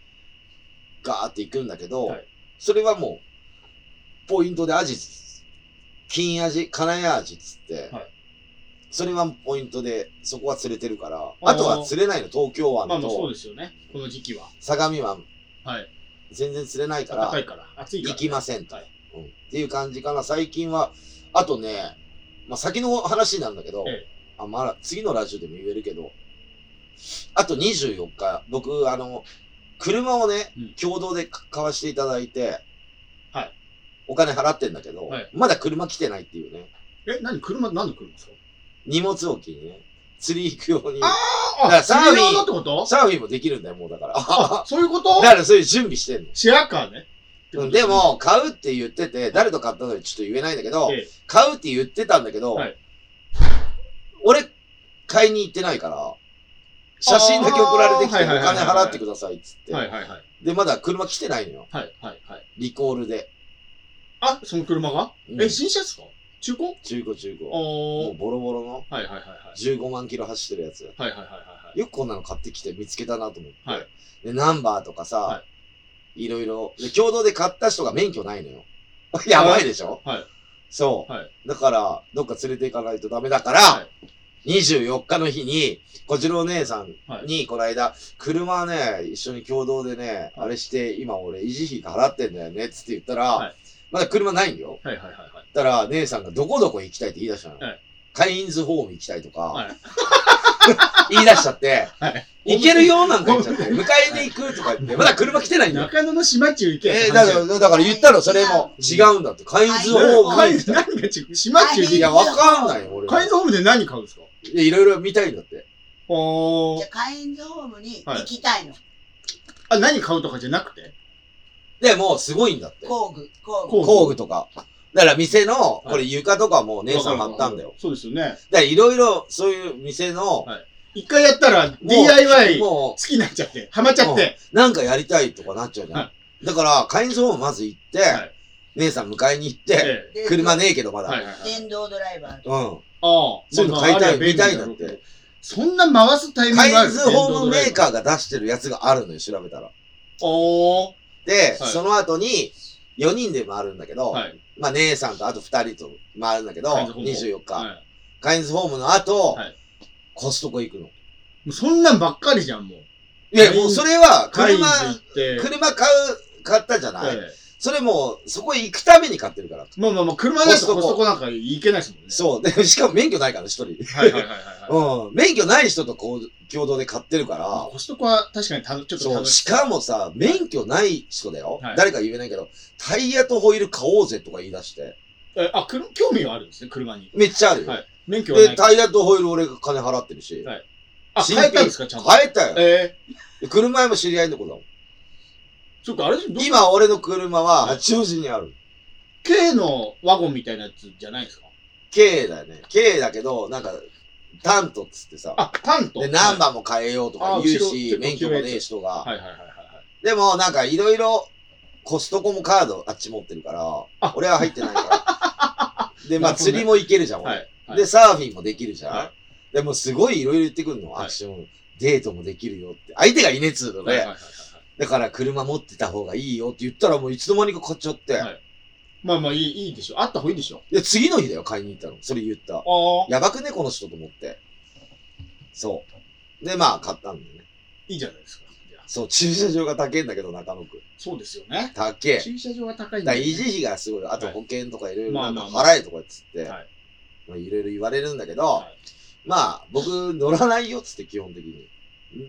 Speaker 1: ガーって行くんだけど、
Speaker 2: はい
Speaker 1: それはもう、ポイントでアジ、金アジ、金谷アジっつって、
Speaker 2: はい
Speaker 1: それはポイントで、そこは釣れてるから、あとは釣れないの、東京
Speaker 2: い。まあ
Speaker 1: 湾
Speaker 2: まあそう
Speaker 1: と
Speaker 2: ですよね。この時期は。
Speaker 1: 相模湾、
Speaker 2: はい。
Speaker 1: 全然釣れないから、
Speaker 2: 暖かいから。暑いから。
Speaker 1: 行きませんと、
Speaker 2: はい
Speaker 1: うんっていう感じかな。最近は、あとね、まあ、先の話になるんだけど、
Speaker 2: え
Speaker 1: あまあ、次のラジオでも言えるけど、あと24日、僕、あの、車をね、
Speaker 2: うん
Speaker 1: 共同でか買わしていただいて、
Speaker 2: はい
Speaker 1: お金払ってんだけど、
Speaker 2: はい
Speaker 1: まだ車来てないっていうね、
Speaker 2: え、何車、何の車ですか
Speaker 1: 荷物置きにね、釣り行くように、だから
Speaker 2: あ、
Speaker 1: サ
Speaker 2: サ
Speaker 1: ー
Speaker 2: ー
Speaker 1: フィン
Speaker 2: ってこと
Speaker 1: サーフィンもできるんだよ、もうだから。
Speaker 2: あ、そういうこ
Speaker 1: だ
Speaker 2: と
Speaker 1: からそういう準備してんの。
Speaker 2: シェアカーね。
Speaker 1: うんで、も、買うって言ってて、誰と買ったのかちょっと言えないんだけど、
Speaker 2: ええ
Speaker 1: 買うって言ってたんだけど、
Speaker 2: はい
Speaker 1: 俺、買いに行ってないから、写真だけ送られてきて、お
Speaker 2: あーはいはいはい
Speaker 1: 金
Speaker 2: はい
Speaker 1: 払ってくださいっつって、
Speaker 2: はいはいはい。
Speaker 1: で、まだ車来てないのよ。
Speaker 2: はいはいはい。
Speaker 1: リコールで。
Speaker 2: あ、その車が
Speaker 1: うん
Speaker 2: え、新車ですか中古
Speaker 1: 中古中古。も
Speaker 2: お
Speaker 1: う
Speaker 2: ー。
Speaker 1: ボロボロの
Speaker 2: はいはいはいはい。
Speaker 1: 15万キロ走ってるやつ。
Speaker 2: はいはいはいはい。
Speaker 1: よくこんなの買ってきて見つけたなと思って。
Speaker 2: はい
Speaker 1: で、ナンバーとかさ、、
Speaker 2: はい
Speaker 1: ろいろ。で、共同で買った人が免許ないのよ。 やばいでしょ
Speaker 2: はい。
Speaker 1: そう。
Speaker 2: はい
Speaker 1: だから、どっか連れて行かないとダメだから、
Speaker 2: は
Speaker 1: 24日の日に、こちらお姉さん
Speaker 2: は
Speaker 1: に、この間、車ね、一緒に共同でね、あれして、今俺維持費払ってんだよね、つって言ったら、
Speaker 2: はい
Speaker 1: まだ車ないんだよ。
Speaker 2: はいはいはいはい。
Speaker 1: だから、姉さんがどこどこ行きたいって言い出したの。
Speaker 2: はい
Speaker 1: カインズホーム行きたいとか、
Speaker 2: はい
Speaker 1: 言い出しちゃって、
Speaker 2: はい
Speaker 1: 行けるよなんか言っちゃって、迎えに行くとか言って、まだ車来てないんだよ。
Speaker 2: 中野の島中行け。
Speaker 1: えーだから、だから言ったの、それも。違うんだって、カインズホ
Speaker 2: 何
Speaker 1: ーム
Speaker 2: が
Speaker 1: に
Speaker 2: 違
Speaker 1: 行きたい。
Speaker 2: う島中
Speaker 1: い
Speaker 2: 行
Speaker 1: や、わかんないよ、俺
Speaker 2: け。
Speaker 1: は
Speaker 2: カインズホームで何買うんですか
Speaker 1: いやいろいろ見たいんだって。
Speaker 2: お
Speaker 3: じゃ
Speaker 2: ー
Speaker 3: あ。カインズホームに行きたいの。
Speaker 2: あ、何買うとかじゃなくて
Speaker 1: で、もうすごいんだって。
Speaker 3: 工具、工具。
Speaker 2: 工具
Speaker 1: 工具とか。だから店の、
Speaker 2: い
Speaker 1: これ床とかも姉さん貼ったんだよ。
Speaker 2: そうですよね。
Speaker 1: だからいろいろそういう店の
Speaker 2: は、一回やったら DIY 好
Speaker 1: も
Speaker 2: きになっちゃって、ハマっちゃって。
Speaker 1: う、なんかやりたいとかなっちゃうじゃん
Speaker 2: は。
Speaker 1: だから、カインズホームまず行って
Speaker 2: はい、
Speaker 1: 姉さん迎えに行って、
Speaker 2: ええ
Speaker 3: で
Speaker 1: 車ねえけどま
Speaker 2: はい
Speaker 1: だ。
Speaker 2: はいはい。
Speaker 3: 電動ドライバーと。
Speaker 1: うん。
Speaker 2: ああ、
Speaker 1: そういうの買いたい見たいなんて。
Speaker 2: まあまああれは便利だろうけどそんな回すタイミング
Speaker 1: カ
Speaker 2: あ
Speaker 1: イ
Speaker 2: る
Speaker 1: ンズホームメーカ
Speaker 2: ー。
Speaker 1: ーが出してるやつがあるのよ、調べたら。
Speaker 2: おー。
Speaker 1: で、
Speaker 2: はい
Speaker 1: その後に、4人で回るんだけど、
Speaker 2: はい。
Speaker 1: まあ姉さんとあと2人と回るんだけど、
Speaker 2: カインズホーム
Speaker 1: 24日。
Speaker 2: はい
Speaker 1: カインズホームの後、
Speaker 2: はい
Speaker 1: コストコ行くの。
Speaker 2: もうそんなんばっかりじゃん、もう。
Speaker 1: いや、もうそれは、
Speaker 2: カインズ
Speaker 1: 車、
Speaker 2: 行って。
Speaker 1: 車買う、買ったじゃない、
Speaker 2: え
Speaker 1: それもう、そこへ行くために買ってるから。
Speaker 2: えまあまあまあ、車だと
Speaker 1: コ
Speaker 2: コ
Speaker 1: ス
Speaker 2: ス
Speaker 1: ト
Speaker 2: ト
Speaker 1: コ
Speaker 2: コなんか行けないですもんね。
Speaker 1: そう。で、しかも免許ないから、一人。
Speaker 2: はいはいはいはいはい。
Speaker 1: うん。免許ない人とこう共同で買ってるか
Speaker 2: あ
Speaker 1: ら、
Speaker 2: コストコは確かにたのちょっと
Speaker 1: そう。
Speaker 2: 楽
Speaker 1: し
Speaker 2: しい。
Speaker 1: かもさ、免許ない人だよ、
Speaker 2: はい
Speaker 1: 誰か言えないけど、タイヤとホイール買おうぜとか言い出して。
Speaker 2: えあ、くる興味はあるんですね、車に。
Speaker 1: めっちゃあるよ。
Speaker 2: はい。免許はな
Speaker 1: で、
Speaker 2: いけど。
Speaker 1: タイヤとホイール俺が金払ってるし。
Speaker 2: はいあ、
Speaker 1: 新品
Speaker 2: 変えたんですか、ちゃんと。
Speaker 1: 買えたよ。
Speaker 2: ええ
Speaker 1: で車屋も知り合いの子だもん。
Speaker 2: そっか、あれでしょどっか
Speaker 1: 今俺の車は八王子にある。
Speaker 2: K のワゴンみたいなやつじゃないですか
Speaker 1: K だよね。K だけど、なんか、タントっつってさ。
Speaker 2: あ、タント。
Speaker 1: で、ナン
Speaker 2: 番
Speaker 1: バーも変えようとか言うし
Speaker 2: あ後、ろ
Speaker 1: 免許もねえ人が。
Speaker 2: はいはいはいはいはい。
Speaker 1: でも、なんかいろいろ、コストコもカードあっち持ってるから
Speaker 2: あ、
Speaker 1: 俺は入ってない から。で、まあ
Speaker 2: なるほどね
Speaker 1: 釣りも行けるじゃん、
Speaker 2: は
Speaker 1: 俺。
Speaker 2: い。はい
Speaker 1: で、サーフィンもできるじゃん
Speaker 2: は。
Speaker 1: でもすごいいろいろ言ってくんの、
Speaker 2: はい
Speaker 1: アクション、デートもできるよって。相手がいねえっつうの
Speaker 2: いはいはい
Speaker 1: ね。
Speaker 2: はい
Speaker 1: だから車持ってた方がいいよって言ったらもういつの間にか買っちゃって。
Speaker 2: はいまあまあいい、いいでしょ。あった方がいいでしょ。
Speaker 1: で、次の日だよ、買いに行ったの。それ言った。
Speaker 2: ああ。
Speaker 1: やばくね、この人と思って。そう。で、まあ、買ったんだよね。
Speaker 2: いいじゃないですか。いや
Speaker 1: そう、駐車場が高いんだけど、中野区。
Speaker 2: そうですよね。
Speaker 1: 高え。
Speaker 2: 駐車場が高いん
Speaker 1: だから
Speaker 2: よ
Speaker 1: 維
Speaker 2: ね
Speaker 1: 持費がすごい。あと
Speaker 2: はい
Speaker 1: 保険とかいろいろな
Speaker 2: まあ
Speaker 1: んか
Speaker 2: まあまあ
Speaker 1: 払えとかっつって、
Speaker 2: はい
Speaker 1: まあいろいろ言われるんだけど、
Speaker 2: はい
Speaker 1: まあ僕乗らないよっつって基本的に。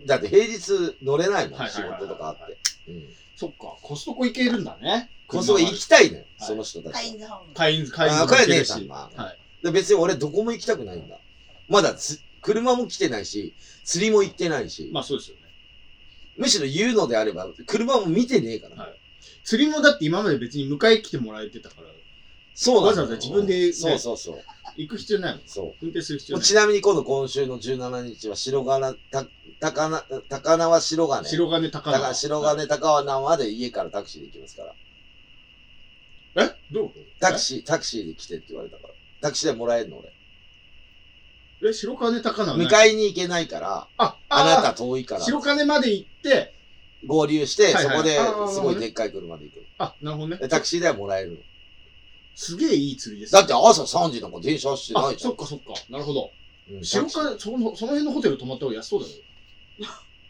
Speaker 1: だって平日乗れないもん、
Speaker 2: はい
Speaker 1: 仕
Speaker 2: はいはいはい
Speaker 1: 事とかあって。うん。
Speaker 2: そっか、コストコ行けるんだね。
Speaker 1: こそ行きたいのよ、
Speaker 2: はい
Speaker 1: その人た
Speaker 3: カ
Speaker 1: ち
Speaker 3: インズホーム。
Speaker 2: 会員、会員
Speaker 1: あ
Speaker 2: も行ける
Speaker 1: これ
Speaker 2: し。
Speaker 1: 姉さんが
Speaker 2: はい。
Speaker 1: で。別に俺どこも行きたくないんだ。まだつ車も来てないし、釣りも行ってないし、
Speaker 2: まあそうですよね。
Speaker 1: むしろ言うのであれば、車も見てねえから。
Speaker 2: はい釣りもだって今まで別に迎え来てもらえてたから、
Speaker 1: そうなんだよ
Speaker 2: わざわざ自分でね
Speaker 1: そうそうそう。
Speaker 2: 行く必要ないもん。
Speaker 1: そう。
Speaker 2: 運転する必
Speaker 1: も
Speaker 2: 要
Speaker 1: う
Speaker 2: ない。
Speaker 1: ちなみに今度今週の17日は白金、た高な高輪白金。
Speaker 2: 白金高
Speaker 1: だから
Speaker 2: 菜。
Speaker 1: 白金高輪まで家からタクシーで行きますから。
Speaker 2: えどういうこと
Speaker 1: タクシー、タクシーで来てって言われたから。タクシーでもらえるの俺。
Speaker 2: え、白金高菜はない。
Speaker 1: 迎えに行けないから、
Speaker 2: あ、
Speaker 1: あなた
Speaker 2: あ
Speaker 1: 遠いか
Speaker 2: な
Speaker 1: ら。
Speaker 2: た。白金まで行って、
Speaker 1: 合流して、
Speaker 2: はい
Speaker 1: そ
Speaker 2: はい
Speaker 1: こで
Speaker 2: あー
Speaker 1: すごいでっかい車で行く
Speaker 2: あ、なるほどね
Speaker 1: の。で。タクシーではもらえるの。
Speaker 2: すげえいい釣りですね。
Speaker 1: だって朝3時なんか電車走ってな
Speaker 2: あ
Speaker 1: い、じゃん
Speaker 2: そっ。かそっか。なるほど。
Speaker 1: うん
Speaker 2: 白
Speaker 1: タクシー
Speaker 2: 金、その、その辺のホテル泊まった方が安そうだよ。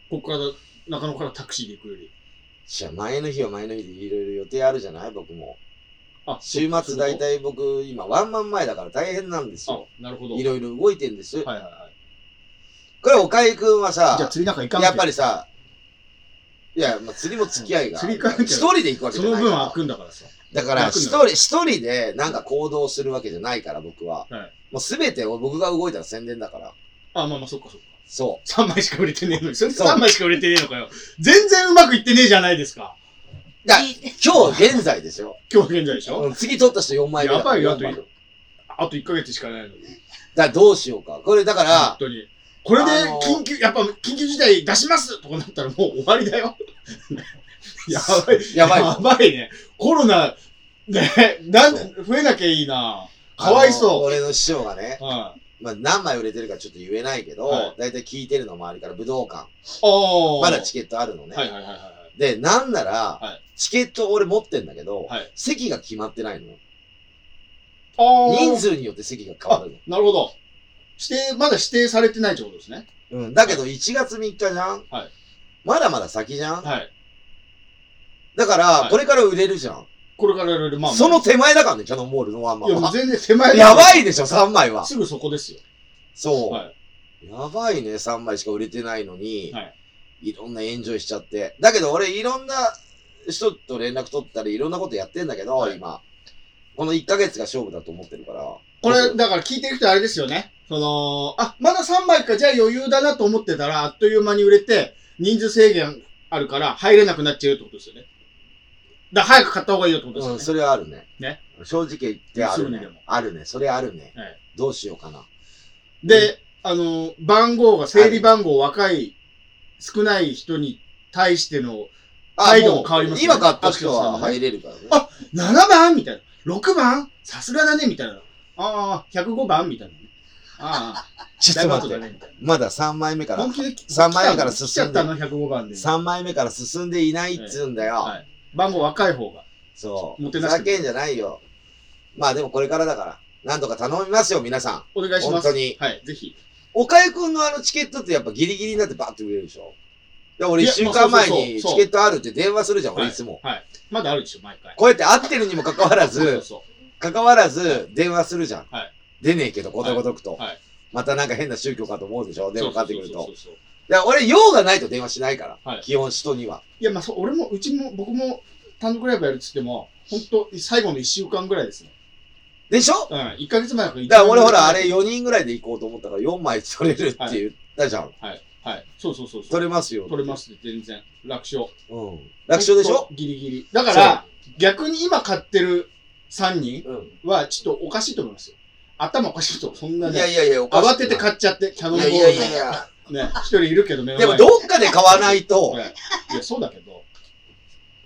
Speaker 2: こっから、中野からタクシーで行くより。
Speaker 1: いや前の日は前の日でいろいろ予定あるじゃない僕も。
Speaker 2: あ、
Speaker 1: 週末大体僕今ワンマン前だから大変なんです
Speaker 2: あ
Speaker 1: よ。、
Speaker 2: なるほど。
Speaker 1: いろいろ動いてんです。
Speaker 2: はいはいはい。
Speaker 1: これ、岡井くんはさ
Speaker 2: じゃあ、釣りなんか行かなきゃ
Speaker 1: やっぱりさ、いや、まあ、釣りも付き合いがあるから。
Speaker 2: 釣り行かなきゃ
Speaker 1: 一人で行くわけ
Speaker 2: そ
Speaker 1: じゃ
Speaker 2: の
Speaker 1: ない
Speaker 2: 分
Speaker 1: か
Speaker 2: は
Speaker 1: ら
Speaker 2: 開。くんだからさ。
Speaker 1: だから、
Speaker 2: 楽
Speaker 1: 一
Speaker 2: なの
Speaker 1: 人、一人でなんか行動するわけじゃないから、僕は。
Speaker 2: はい
Speaker 1: もうすべてを僕が動いたら宣伝だから。
Speaker 2: あ、まあまあ、そっかそっか。
Speaker 1: そ
Speaker 2: 3枚しか売れてねえのに。それ
Speaker 1: そう
Speaker 2: 3枚しか売れてねえのかよ。全然うまくいってねえじゃないですか。
Speaker 1: う。だ今日現在でしょ。
Speaker 2: 今日現在でしょ、
Speaker 1: うん次取った人4枚目だから。
Speaker 2: やばいよ
Speaker 1: 4枚目
Speaker 2: ああと1ヶ月しかないのに。
Speaker 1: だからどうしようか。これ、だから
Speaker 2: 本、当に。これで
Speaker 1: あの
Speaker 2: 緊急、やっぱ緊急事態出しますとかなったらもう終わり だよ。やばい。
Speaker 1: やばい
Speaker 2: やばいね。コロナ、ね、なん増えなきゃいいな。かわい
Speaker 1: あの
Speaker 2: そ
Speaker 1: 俺の師匠がね
Speaker 2: う。、はい。あ
Speaker 1: まあ、何枚売れてるかちょっと言えないけど、
Speaker 2: はい
Speaker 1: だいたい聞いてるの周りから武道館。
Speaker 2: あ。
Speaker 1: まだチケットあるのね。
Speaker 2: はいはいはいはいはい。
Speaker 1: で、なんなら、
Speaker 2: はい
Speaker 1: チケット俺持ってんだけど、
Speaker 2: はい
Speaker 1: 席が決まってないの。
Speaker 2: あー
Speaker 1: 人数によって席が変わる
Speaker 2: なるほど。指定、まだ指定されてないってことですね。
Speaker 1: の。うん。だけど1月3日じゃん、
Speaker 2: はい
Speaker 1: まだまだ先じゃん、
Speaker 2: はい。
Speaker 1: だか
Speaker 2: は
Speaker 1: ら
Speaker 2: い、
Speaker 1: これから売れるじゃん、
Speaker 2: これからいろいろ、まあまあ。
Speaker 1: その手前だからね、キャノンボールのワンマ
Speaker 2: いや、
Speaker 1: ン
Speaker 2: もう
Speaker 1: は。
Speaker 2: 全然手前だ
Speaker 1: やばいでしょ、3枚は。
Speaker 2: すぐそこですよ。
Speaker 1: そう、
Speaker 2: は
Speaker 1: やばいね、3枚しか売れてないのに、
Speaker 2: はい
Speaker 1: いろんなエンジョイしちゃって。だけど俺、いろんな人と連絡取ったり、いろんなことやってんだけど、
Speaker 2: はい
Speaker 1: 今。この1ヶ月が勝負だと思ってるから。
Speaker 2: これ、だから聞いてる人あれですよね。その、あ、まだ3枚か、じゃあ余裕だなと思ってたら、あっという間に売れて、人数制限あるから入れなくなっちゃうってことですよね。だから早く買った方がいいよってことです
Speaker 1: う
Speaker 2: よ
Speaker 1: ん、
Speaker 2: ね。
Speaker 1: それはあるね。
Speaker 2: ね
Speaker 1: 正直言ってある
Speaker 2: すぐにで
Speaker 1: ね
Speaker 2: も。
Speaker 1: あるね。それあるね。
Speaker 2: はい
Speaker 1: どうしようかな。
Speaker 2: で、あの、番号が、整理番号、若い、少ない人に対しての、態度も変わりますよ
Speaker 1: 今
Speaker 2: ね
Speaker 1: 買った人は入れるからね。
Speaker 2: あ7番みたいな。6番さすがだねみたいな。ああ、105番みたいなね。あ
Speaker 1: ち
Speaker 2: あ、
Speaker 1: ょっと
Speaker 2: 後
Speaker 1: 待
Speaker 2: だ
Speaker 1: って。
Speaker 2: ねみたい
Speaker 1: まだ3枚目か
Speaker 2: な。
Speaker 1: ら
Speaker 2: 本、気で来
Speaker 1: 3枚目から
Speaker 2: 来ち
Speaker 1: 進
Speaker 2: ゃ
Speaker 1: ん
Speaker 2: っ
Speaker 1: で
Speaker 2: た、の、105番で。
Speaker 1: 3枚目から進んでいないっつうんだよ。
Speaker 2: はい。番号若い方が。
Speaker 1: そう。
Speaker 2: も
Speaker 1: ふ
Speaker 2: てなして
Speaker 1: ざけんじゃないよ。まあでもこれからだから。なんとか頼みますよ、皆さん。
Speaker 2: お願いします。
Speaker 1: 本当に
Speaker 2: はい、ぜひ。
Speaker 1: 岡井くんのあのチケットってやっぱギリギリになってバーって売れるでしょ。で俺
Speaker 2: い
Speaker 1: 1
Speaker 2: や
Speaker 1: 週間前
Speaker 2: まあそうそう
Speaker 1: に
Speaker 2: そう
Speaker 1: チケットあるって電話するじゃん、
Speaker 2: は
Speaker 1: 俺
Speaker 2: い
Speaker 1: いつも。
Speaker 2: はい。まだあるでしょ、毎回。
Speaker 1: こうやって会ってるにもかかわらず
Speaker 2: そう、そう
Speaker 1: 関わらず電話するじゃん。
Speaker 2: はい
Speaker 1: 出ねえけど、ことごとくと、
Speaker 2: はいはい
Speaker 1: またなんか変な宗教かと思うでしょ
Speaker 2: そう
Speaker 1: 電話かかってくる
Speaker 2: そう
Speaker 1: と
Speaker 2: そ。うそうそう
Speaker 1: だから俺、用がないと電話しないから。
Speaker 2: はい
Speaker 1: 基本、人には。
Speaker 2: いや、まあそう、俺も、うちも、僕も、単独ライブやるっつっても、本当最後の1週間ぐらいですね。
Speaker 1: でしょ
Speaker 2: うん、1ヶ月前だから
Speaker 1: だから俺、ほら、あれ4人ぐらいで行こうと思ったから、4枚取れるって言ったじゃん。
Speaker 2: はい、はい。そうそうそうそう。
Speaker 1: 取れますよ。
Speaker 2: 取れますって全然。楽勝。
Speaker 1: うん。楽勝でしょ
Speaker 2: ギリギリ。だから、逆に今買ってる3人
Speaker 1: うん。
Speaker 2: は、ちょっとおかしいと思いますよ。頭おかしいと思う。そんない
Speaker 1: や
Speaker 2: ね。
Speaker 1: いやいや、おかし
Speaker 2: 慌
Speaker 1: く
Speaker 2: て
Speaker 1: な
Speaker 2: て
Speaker 1: い
Speaker 2: 買っちゃって、キャノンボー
Speaker 1: い
Speaker 2: ル
Speaker 1: やいやいやいや。
Speaker 2: ね、一人いるけど目の
Speaker 1: で
Speaker 2: 前
Speaker 1: も、
Speaker 2: に
Speaker 1: どっかで買わないと、
Speaker 2: はいいや、そうだけど。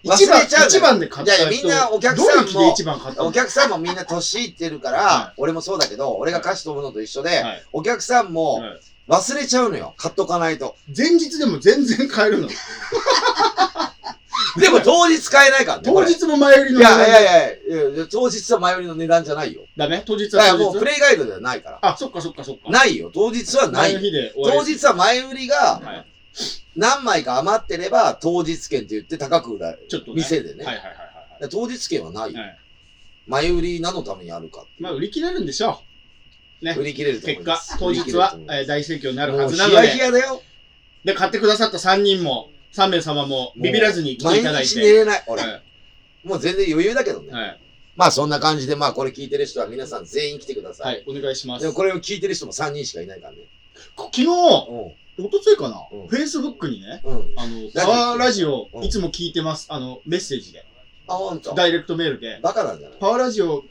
Speaker 1: 忘れち
Speaker 2: 一
Speaker 1: ゃう
Speaker 2: 番、
Speaker 1: ね
Speaker 2: 一番で買った人
Speaker 1: いやいやみんなお客さんも
Speaker 2: どういう気で一番買ったの
Speaker 1: お客さんもみんな年いってるから、
Speaker 2: はい
Speaker 1: 俺もそうだけど、俺が歌詞飛ぶのと一緒で、
Speaker 2: はい
Speaker 1: お客さんも
Speaker 2: はい
Speaker 1: 忘れちゃうのよ。買っとかないと。
Speaker 2: 前日でも全然買えるの。
Speaker 1: でも当日買えないからね。こ
Speaker 2: 当
Speaker 1: れ
Speaker 2: 日も前売り
Speaker 1: い
Speaker 2: の値段
Speaker 1: やいやいやいや、当日は前売りの値段じゃないよ。
Speaker 2: ダメ当日
Speaker 1: だから
Speaker 2: は
Speaker 1: も
Speaker 2: 当
Speaker 1: う
Speaker 2: 日
Speaker 1: プレイガイドではないから。
Speaker 2: あ、そっかそっかそっか。
Speaker 1: ないよ。当日はな
Speaker 2: 前の
Speaker 1: い。
Speaker 2: 日で終
Speaker 1: 当
Speaker 2: わり。
Speaker 1: 日は前売りが
Speaker 2: はい。
Speaker 1: 何枚か余ってれば当日券って言って高く売られる。
Speaker 2: ちょっとね
Speaker 1: 店でね。
Speaker 2: はいはいはい
Speaker 1: だから当日券はない
Speaker 2: はい
Speaker 1: よ。
Speaker 2: はい。
Speaker 1: 前売り何のためにあるかっていう
Speaker 2: まあ、売り切れるんでしょね
Speaker 1: 売り切れる
Speaker 2: う。
Speaker 1: と思
Speaker 2: 結
Speaker 1: いま
Speaker 2: 果
Speaker 1: す。、
Speaker 2: 当日は
Speaker 1: 売り切
Speaker 2: え
Speaker 1: れ
Speaker 2: ー大盛況にな
Speaker 1: る
Speaker 2: る
Speaker 1: と思い
Speaker 2: は
Speaker 1: ます
Speaker 2: ずな
Speaker 1: もう
Speaker 2: の
Speaker 1: ヒヤヒ
Speaker 2: で、
Speaker 1: ヤだよ。
Speaker 2: で、買ってくださった3人も、3名様もビビらずに来ていただい
Speaker 1: 毎日寝
Speaker 2: て。
Speaker 1: れない。俺、
Speaker 2: は
Speaker 1: もう全然余裕だけど
Speaker 2: い。
Speaker 1: ね。
Speaker 2: はい。
Speaker 1: まあそんな感じで、まあこれ聞いてる人は皆さん全員来てくださ。
Speaker 2: はいいお願いします。
Speaker 1: でも
Speaker 2: こ
Speaker 1: これを聞いてる人も3人しかいないからね。
Speaker 2: 昨日、一昨日かな
Speaker 1: うん
Speaker 2: フェイスブックにね、
Speaker 1: うん。うん。
Speaker 2: あの、
Speaker 1: ラジオ
Speaker 2: パワーラジオ
Speaker 1: う、ん
Speaker 2: いつも聞いてます。あの、メッセージで。
Speaker 1: あ、ほんと。
Speaker 2: ダイレクトメールで。
Speaker 1: バカなんじゃない
Speaker 2: パワーラジオ、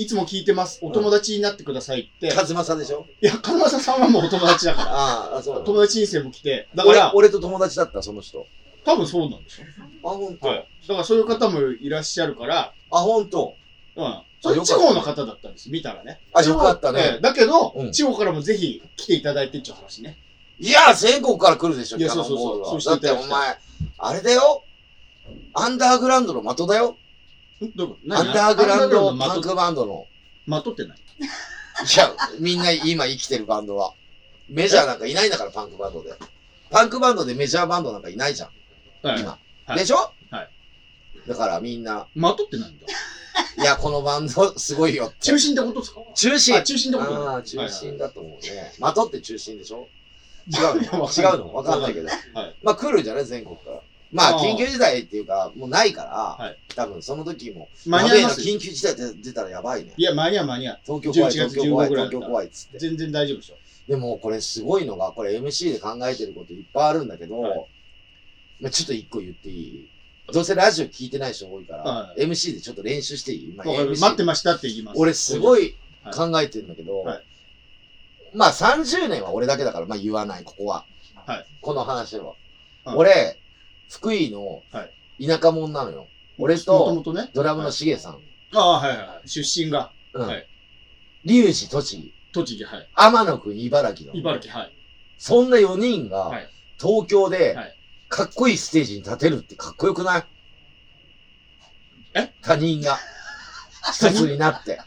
Speaker 2: いつも聞いてます。お友達になってくださいって。
Speaker 1: カズマさんでしょ
Speaker 2: いや、金正さんはもうお友達だから。
Speaker 1: ああ、そう。
Speaker 2: 友達申請も来て。だから、
Speaker 1: 俺俺と友達だった、その人。
Speaker 2: 多分そうなんでし
Speaker 1: あ、ほんと。
Speaker 2: ょ。い。だからそういう方もいらっしゃるから、
Speaker 1: あ、ほんと。
Speaker 2: うん。それ地方の方だったんです、見たらね。
Speaker 1: あよかったね
Speaker 2: ええだけど、
Speaker 1: うん
Speaker 2: 地方からもぜひ来ていただいてっていう話ね。
Speaker 1: いや、全国から来るでしょ、
Speaker 2: いや
Speaker 1: キャノンボールは
Speaker 2: そうそうそうそうしてい
Speaker 1: だっ
Speaker 2: た
Speaker 1: てお
Speaker 2: だき
Speaker 1: 前、あれだよ。アンダーグラウンドの的だよ。
Speaker 2: んどういうこと
Speaker 1: アンダーグラウンドパン
Speaker 2: まと、
Speaker 1: クバンドの。
Speaker 2: まとってない。
Speaker 1: いや、みんな今生きてるバンドは。メジャーなんかいないんだから、パンクバンドで。パンクバンドでメジャーバンドなんかいないじゃん、
Speaker 2: はい。
Speaker 1: 今。
Speaker 2: はい
Speaker 1: でしょ
Speaker 2: はい。
Speaker 1: だからみんな、
Speaker 2: まとってないんだ。
Speaker 1: いや、このバンドすごいよって。
Speaker 2: 中心ってことですか
Speaker 1: 中心
Speaker 2: あ、中心ってこと
Speaker 1: ああ、中心だと思うね。まとって中心でしょ違う
Speaker 2: いや
Speaker 1: の
Speaker 2: わかんない
Speaker 1: 違うのわかんないけど。
Speaker 2: はい
Speaker 1: まあ来るんじゃない全国から。まあ
Speaker 2: あー
Speaker 1: 緊急事態っていうか、もうないから、
Speaker 2: はい
Speaker 1: 多分その時も、
Speaker 2: 間に合いま
Speaker 1: や
Speaker 2: す
Speaker 1: べえな緊急事態で出たらやばいね。
Speaker 2: いや、間に合う間に合う。
Speaker 1: 東京怖い、
Speaker 2: 11月
Speaker 1: 東京怖い、
Speaker 2: 15ぐら
Speaker 1: 東
Speaker 2: いだった
Speaker 1: 京怖いっつって。
Speaker 2: 全然大丈夫でしょ。
Speaker 1: でもこれすごいのが、これ MC で考えてることいっぱいあるんだけど、
Speaker 2: はい
Speaker 1: まあちょっと一個言っていいどうせラジオ聞いてない人多いから、
Speaker 2: は
Speaker 1: MC でちょっと練習していい、今
Speaker 2: わかる
Speaker 1: MC
Speaker 2: 待ってましたって言います。
Speaker 1: 俺すご
Speaker 2: い。
Speaker 1: い考えてるんだけど、
Speaker 2: はい
Speaker 1: まあ30年は俺だけだから、まあ言わない、ここは。
Speaker 2: はい
Speaker 1: この話は。
Speaker 2: はい
Speaker 1: 俺、福井の
Speaker 2: は
Speaker 1: 田舎者なのよ。俺
Speaker 2: もと
Speaker 1: と
Speaker 2: もとね。
Speaker 1: ドラムのしげさん、
Speaker 2: ああ、はいはいはい。出身が、
Speaker 1: うん
Speaker 2: はい
Speaker 1: リュウジ、栃木、
Speaker 2: 栃木、はい。
Speaker 1: 天野くん、茨城の。
Speaker 2: 茨城、はい。
Speaker 1: そんな4人が、
Speaker 2: はい
Speaker 1: 東京で
Speaker 2: はい、
Speaker 1: かっこいいステージに立てるってかっこよくない
Speaker 2: え
Speaker 1: 他人 が、一つになって。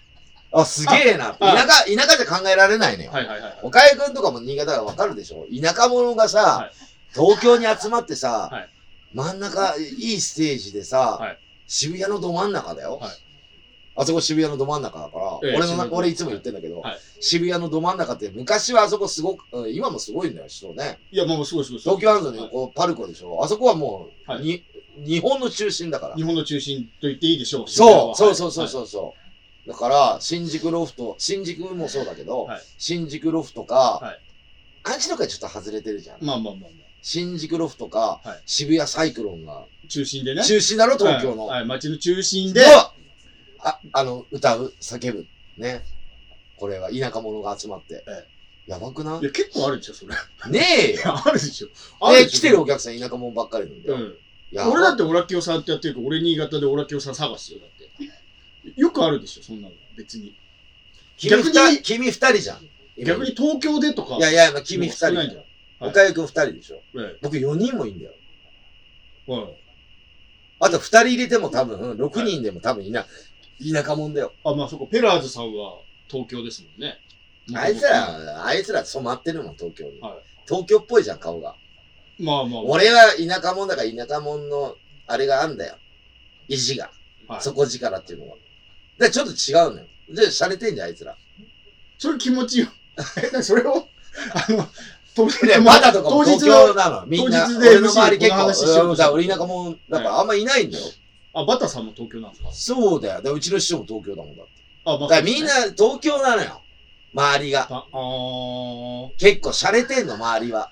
Speaker 1: あ、すげえなって。
Speaker 2: あ
Speaker 1: 田舎、田舎じゃ考えられないのよ。
Speaker 2: はいはいはい。
Speaker 1: 岡井くんとかも新潟がわかるでしょ田舎者がさ、
Speaker 2: はい
Speaker 1: 東京に集まってさ、
Speaker 2: はい
Speaker 1: 真ん中、いいステージでさ、
Speaker 2: はい
Speaker 1: 渋谷のど真ん中だよ。
Speaker 2: はい
Speaker 1: あそこ渋谷のど真ん中だから、
Speaker 2: ええ
Speaker 1: 俺の
Speaker 2: 渋
Speaker 1: な
Speaker 2: 谷、の
Speaker 1: 俺いつも言ってんだけど、
Speaker 2: はい
Speaker 1: 渋谷のど真ん中って昔はあそこすごく、うん今もすごいんだよ、人ね。
Speaker 2: いや、もうすごいすごいすごい。
Speaker 1: 東京ハンズの横、パルコでしょあそこはもう、
Speaker 2: はい
Speaker 1: に日本の中心だから。
Speaker 2: 日本の中心と言っていいでしょう。
Speaker 1: そう、そうそうそう
Speaker 2: う。
Speaker 1: そうそう。だから、新宿ロフト、新宿もそうだけど、
Speaker 2: はい
Speaker 1: 新宿ロフトか、
Speaker 2: はい
Speaker 1: あっちのかちょっと外れてるじゃん。
Speaker 2: まあまあまあま
Speaker 1: 新宿ロフトか、
Speaker 2: はい
Speaker 1: 渋谷サイクロンが、
Speaker 2: あ。中心でね。
Speaker 1: 中心だろ、東京の。
Speaker 2: はい、はい街の中心で
Speaker 1: で、、あ、あの、歌う、叫ぶ。ね。これは田舎者が集まって。
Speaker 2: え
Speaker 1: やばくない
Speaker 2: や、結構あるでし ょ、それ。い
Speaker 1: ねえよ。
Speaker 2: や、あるでしょ。あ
Speaker 1: で、
Speaker 2: でしょ
Speaker 1: 来てるお客さん田舎者ばっかりなんだ
Speaker 2: う
Speaker 1: よ。
Speaker 2: ん。
Speaker 1: やば
Speaker 2: 俺だってオラキオさんってやってるから、俺新潟でオラキオさん探すよ、だって。よくあるでしょ、そんなの。別に。
Speaker 1: 君二
Speaker 2: 逆に
Speaker 1: 人、君二人じゃん。今
Speaker 2: 逆に東京でとか。
Speaker 1: いやいや、まあ君二人
Speaker 2: 少
Speaker 1: じゃ
Speaker 2: ない
Speaker 1: ん
Speaker 2: ん。だよ。はい
Speaker 1: 岡井くん二人でしょ。
Speaker 2: え
Speaker 1: 僕四人もいいんだよ。
Speaker 2: えはい。
Speaker 1: あと二人入れても多分、六人でも多分いな、田舎者だよ。
Speaker 2: あ、まあそこ、ペラーズさんは東京ですもんね。
Speaker 1: あいつ。ら、あいつら染まってるもん、東京に
Speaker 2: はい。
Speaker 1: 東京っぽいじゃん、顔が。
Speaker 2: まあまあ、
Speaker 1: 俺は田舎者だから田舎者の、あれがあんだよ。意地が。
Speaker 2: はい
Speaker 1: 底力っていうのは。で、ちょっと違うのよ。で、洒落てんじゃん、あいつら。
Speaker 2: それ気持 ちよ。え、なにそれを、 あの、当日
Speaker 1: で、まだとかも
Speaker 2: 当日
Speaker 1: 東京
Speaker 2: の、
Speaker 1: なの。みんな、
Speaker 2: 当日で
Speaker 1: 俺の周り
Speaker 2: MC この話し
Speaker 1: 結
Speaker 2: よ
Speaker 1: 構、
Speaker 2: う
Speaker 1: う
Speaker 2: と
Speaker 1: ん
Speaker 2: し
Speaker 1: だか
Speaker 2: てる
Speaker 1: ら俺田舎者だからあんまいないんだよ。
Speaker 2: あ、バタさんも東京なんですか
Speaker 1: そうだよ。で、うちの師匠も東京だもんだって。
Speaker 2: あ、ま
Speaker 1: だ
Speaker 2: あ、
Speaker 1: からみんな東京なのよ。周りが。
Speaker 2: ああー。
Speaker 1: 結構洒落てんの、周りは。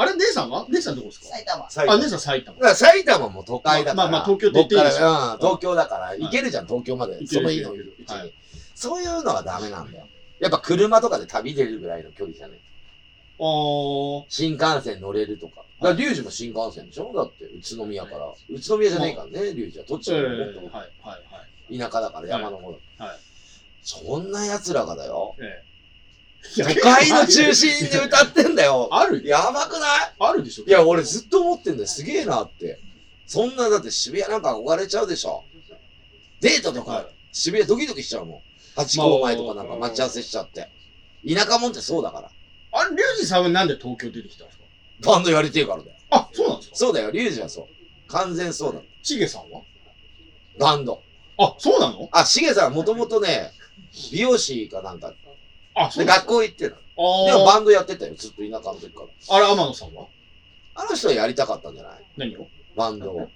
Speaker 2: あれ、姉さんは姉さんどこですか
Speaker 3: 埼玉。
Speaker 1: 埼
Speaker 2: あ、
Speaker 1: 玉。
Speaker 2: 姉さん埼玉
Speaker 1: だ。から埼玉も都会だから。
Speaker 2: まあまあ東京って言っていいでしょ
Speaker 1: 僕からうん、東京だから、行けるじゃん、東京まで。
Speaker 2: 行け
Speaker 1: そ
Speaker 2: る
Speaker 1: の日のう
Speaker 2: 行ける
Speaker 1: ち
Speaker 2: は
Speaker 1: に。そういうのはダメなんだよ。やっぱ車とかで旅出るぐらいの距離じゃない。
Speaker 2: あー。
Speaker 1: 新幹線乗れるとか。だから、リュウジも新幹線でしょだって、宇都宮から。宇都宮じゃねえからね、リュウジは。どっち
Speaker 2: え
Speaker 1: もも
Speaker 2: え
Speaker 1: っ
Speaker 2: はい、はい、はい。
Speaker 1: と田舎だから、山の方だから
Speaker 2: はい
Speaker 1: そんな奴らがだよ。
Speaker 2: ええ
Speaker 1: 都会の中心で歌ってんだよ。
Speaker 2: あるよ。
Speaker 1: やばくない
Speaker 2: あるでしょ
Speaker 1: いや、俺ずっと思ってんだよ。すげえなって。そんなだって渋谷なんか憧れちゃうでしょ。デートと
Speaker 2: はい
Speaker 1: か、渋谷ドキドキしちゃうもん。八公前とかなんか待ち合わせしちゃって。田舎もんってそうだから。
Speaker 2: あれ、リュウジさんはなんで東京出てきたんですか
Speaker 1: バンドやりてえからだよ。
Speaker 2: あ、そうなんですか
Speaker 1: そうだよ、リュウジはそう。完全そうだ。
Speaker 2: シゲさんは
Speaker 1: バンド。
Speaker 2: あ、そうなの
Speaker 1: あ、しげさんはもともとね、美容師かなんか。
Speaker 2: あ、そ
Speaker 1: で、
Speaker 2: うなん
Speaker 1: 学校行ってた。でも
Speaker 2: あ
Speaker 1: バンドやってたよ、ずっと田舎の時から。
Speaker 2: あ、あれ、天野さんは
Speaker 1: あの人はやりたかったんじゃない
Speaker 2: 何を
Speaker 1: バンドを。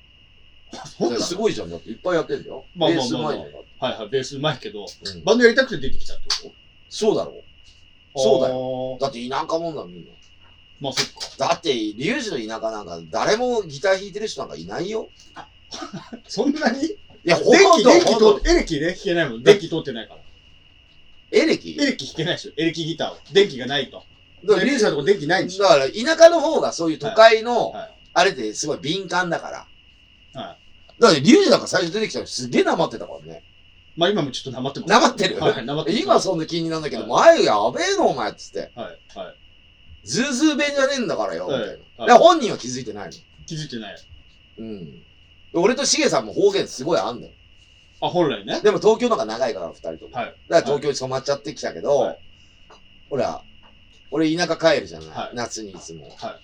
Speaker 2: あ、そう
Speaker 1: だか
Speaker 2: な
Speaker 1: ら
Speaker 2: の
Speaker 1: すごいじゃん、だっていっぱいやってんだよ。
Speaker 2: まあ
Speaker 1: ベ
Speaker 2: まあ
Speaker 1: ース
Speaker 2: まあまあ
Speaker 1: 前だよ。
Speaker 2: はいはい、ベースうまいけど、
Speaker 1: うん
Speaker 2: バンドやりたくて出てきたってこ
Speaker 1: そうだろう。
Speaker 2: と
Speaker 1: そうだ
Speaker 2: よ。
Speaker 1: だって田舎もんだもんみんな。
Speaker 2: まあそっか。
Speaker 1: だって、リュウジの田舎なんか誰もギター弾いてる人なんかいないよ。
Speaker 2: そんなに
Speaker 1: いや、
Speaker 2: 電
Speaker 1: ほとんど、ほ
Speaker 2: 気、電気
Speaker 1: とん
Speaker 2: 通
Speaker 1: ど
Speaker 2: って、エレキね、弾けないもん。電気通ってないから。
Speaker 1: エレキ
Speaker 2: エレキ弾けないでしょ。エレキギターは。電気がないと。
Speaker 1: だから
Speaker 2: リュウジさんのとこ電気ないんでしょ。
Speaker 1: だから、田舎の方がそういう都会の
Speaker 2: はいはい、
Speaker 1: あれってすごい敏感だから。
Speaker 2: はい
Speaker 1: だって、リュウジなんか最初出てきたのすげえなまってたからね。
Speaker 2: まあ今もちょっとなまってます。
Speaker 1: なまってる
Speaker 2: はい、なまってます。
Speaker 1: 今そんな気になるんだけど、前やべえのお前っつって。
Speaker 2: はい、はい。
Speaker 1: ズーズー弁じゃねえんだからよ、みたいな。
Speaker 2: はい
Speaker 1: だ
Speaker 2: はい
Speaker 1: から本人は気づいてないの。
Speaker 2: 気づいてない。
Speaker 1: うん。俺としげさんも方言すごいあんだよ。
Speaker 2: あ、本来ね。
Speaker 1: でも東京の方が長いから、二人とも。
Speaker 2: はい。
Speaker 1: だから東京に染まっちゃってきたけど、
Speaker 2: はい
Speaker 1: ほら、俺田舎帰るじゃない、
Speaker 2: はい
Speaker 1: 夏にいつも。
Speaker 2: はい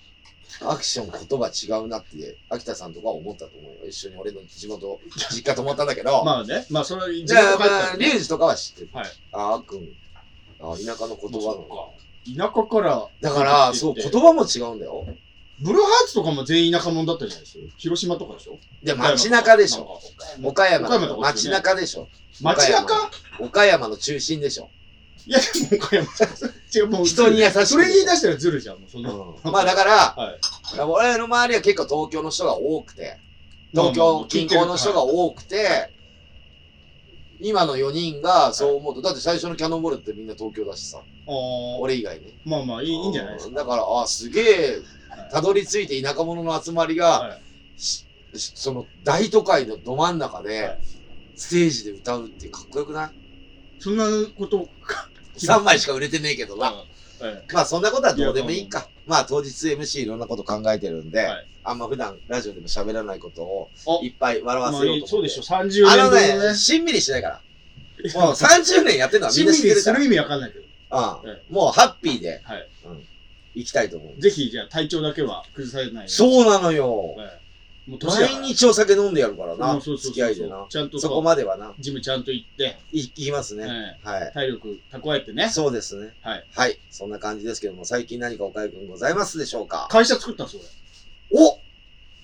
Speaker 1: アクション言葉違うなって、秋田さんとかは思ったと思うよ。一緒に俺の地 元、実家泊まったんだけど。
Speaker 2: まあね。まあそれは自
Speaker 1: じゃあ、
Speaker 2: 分が
Speaker 1: ま
Speaker 2: 帰っ
Speaker 1: あ、
Speaker 2: たら
Speaker 1: リュウジとかは知ってる。
Speaker 2: はい
Speaker 1: ああ、くん。あ田舎の言葉なの。
Speaker 2: 田舎から。
Speaker 1: だから、そう、言葉も違うんだよ。
Speaker 2: ブルーハーツとかも全員田舎者だったじゃないですか。広島とかでしょ
Speaker 1: で、街中でしょ。
Speaker 2: ょ。
Speaker 1: 岡山
Speaker 2: 岡山と
Speaker 1: の
Speaker 2: かです
Speaker 1: 街
Speaker 2: よね
Speaker 1: 中でしょ。
Speaker 2: 街
Speaker 1: 岡
Speaker 2: 中
Speaker 1: 岡山の中心でしょ。
Speaker 2: いや、でも岡山じゃない違う、もう。
Speaker 1: 人に優しく
Speaker 2: それ言い出したらずるじゃん、もうそんな。
Speaker 1: うんまあだから、
Speaker 2: はい
Speaker 1: 俺の周りは結構東京の人が多くて、東
Speaker 2: まあまあ
Speaker 1: 京近郊の人が多くて、今の4人がそう思うと、だって最初のキャノンボールってみんな東京だしさ、
Speaker 2: あー
Speaker 1: 俺以外ね。
Speaker 2: まあまあいいいいんじゃないですか。
Speaker 1: だから、あすげえ、たどり着いて田舎者の集まりが、
Speaker 2: はい
Speaker 1: ししその大都会のど真ん中で、
Speaker 2: はい
Speaker 1: ステージで歌うってかっこよくない
Speaker 2: そんなことか。
Speaker 1: ?3 枚しか売れてねえけどな。
Speaker 2: え
Speaker 1: まあそんなことはどうでもいいか。まあ当日 MC いろんなこと考えてるんで、
Speaker 2: はい
Speaker 1: あんま普段ラジオでも喋らないことを
Speaker 2: お
Speaker 1: いっぱい笑
Speaker 2: え
Speaker 1: わ
Speaker 2: ま
Speaker 1: せよ
Speaker 2: あ
Speaker 1: うと思っ
Speaker 2: い
Speaker 1: て
Speaker 2: い。そうでしょ、30
Speaker 1: あ
Speaker 2: 年
Speaker 1: の
Speaker 2: 分の
Speaker 1: ね、
Speaker 2: ね。
Speaker 1: しんみりしないから。もう30年やってるのはみ
Speaker 2: し
Speaker 1: ん
Speaker 2: ん
Speaker 1: な
Speaker 2: み
Speaker 1: 知って
Speaker 2: り
Speaker 1: る
Speaker 2: す
Speaker 1: から。
Speaker 2: る意味わかんないけ
Speaker 1: う
Speaker 2: ど。
Speaker 1: ん
Speaker 2: え
Speaker 1: もうハッピーで、
Speaker 2: はい
Speaker 1: うん、行きたいと思う。
Speaker 2: ぜひ、じゃあ体調だけは崩されないように。
Speaker 1: そうなのよ。
Speaker 2: ええもう年だから
Speaker 1: 毎日お酒飲んでやるから
Speaker 2: う。
Speaker 1: なん
Speaker 2: そうそうそう
Speaker 1: 付き合いでな。
Speaker 2: ちゃんと
Speaker 1: そこまではな。
Speaker 2: ジムちゃんと行って、
Speaker 1: い行きますね。
Speaker 2: え
Speaker 1: は
Speaker 2: え体力蓄えてね
Speaker 1: い。。そうですね。
Speaker 2: はい。
Speaker 1: はい。そんな感じですけども、最近何かおかゆくんございますでしょうか
Speaker 2: 会社作ったんですよ、
Speaker 1: お
Speaker 2: 俺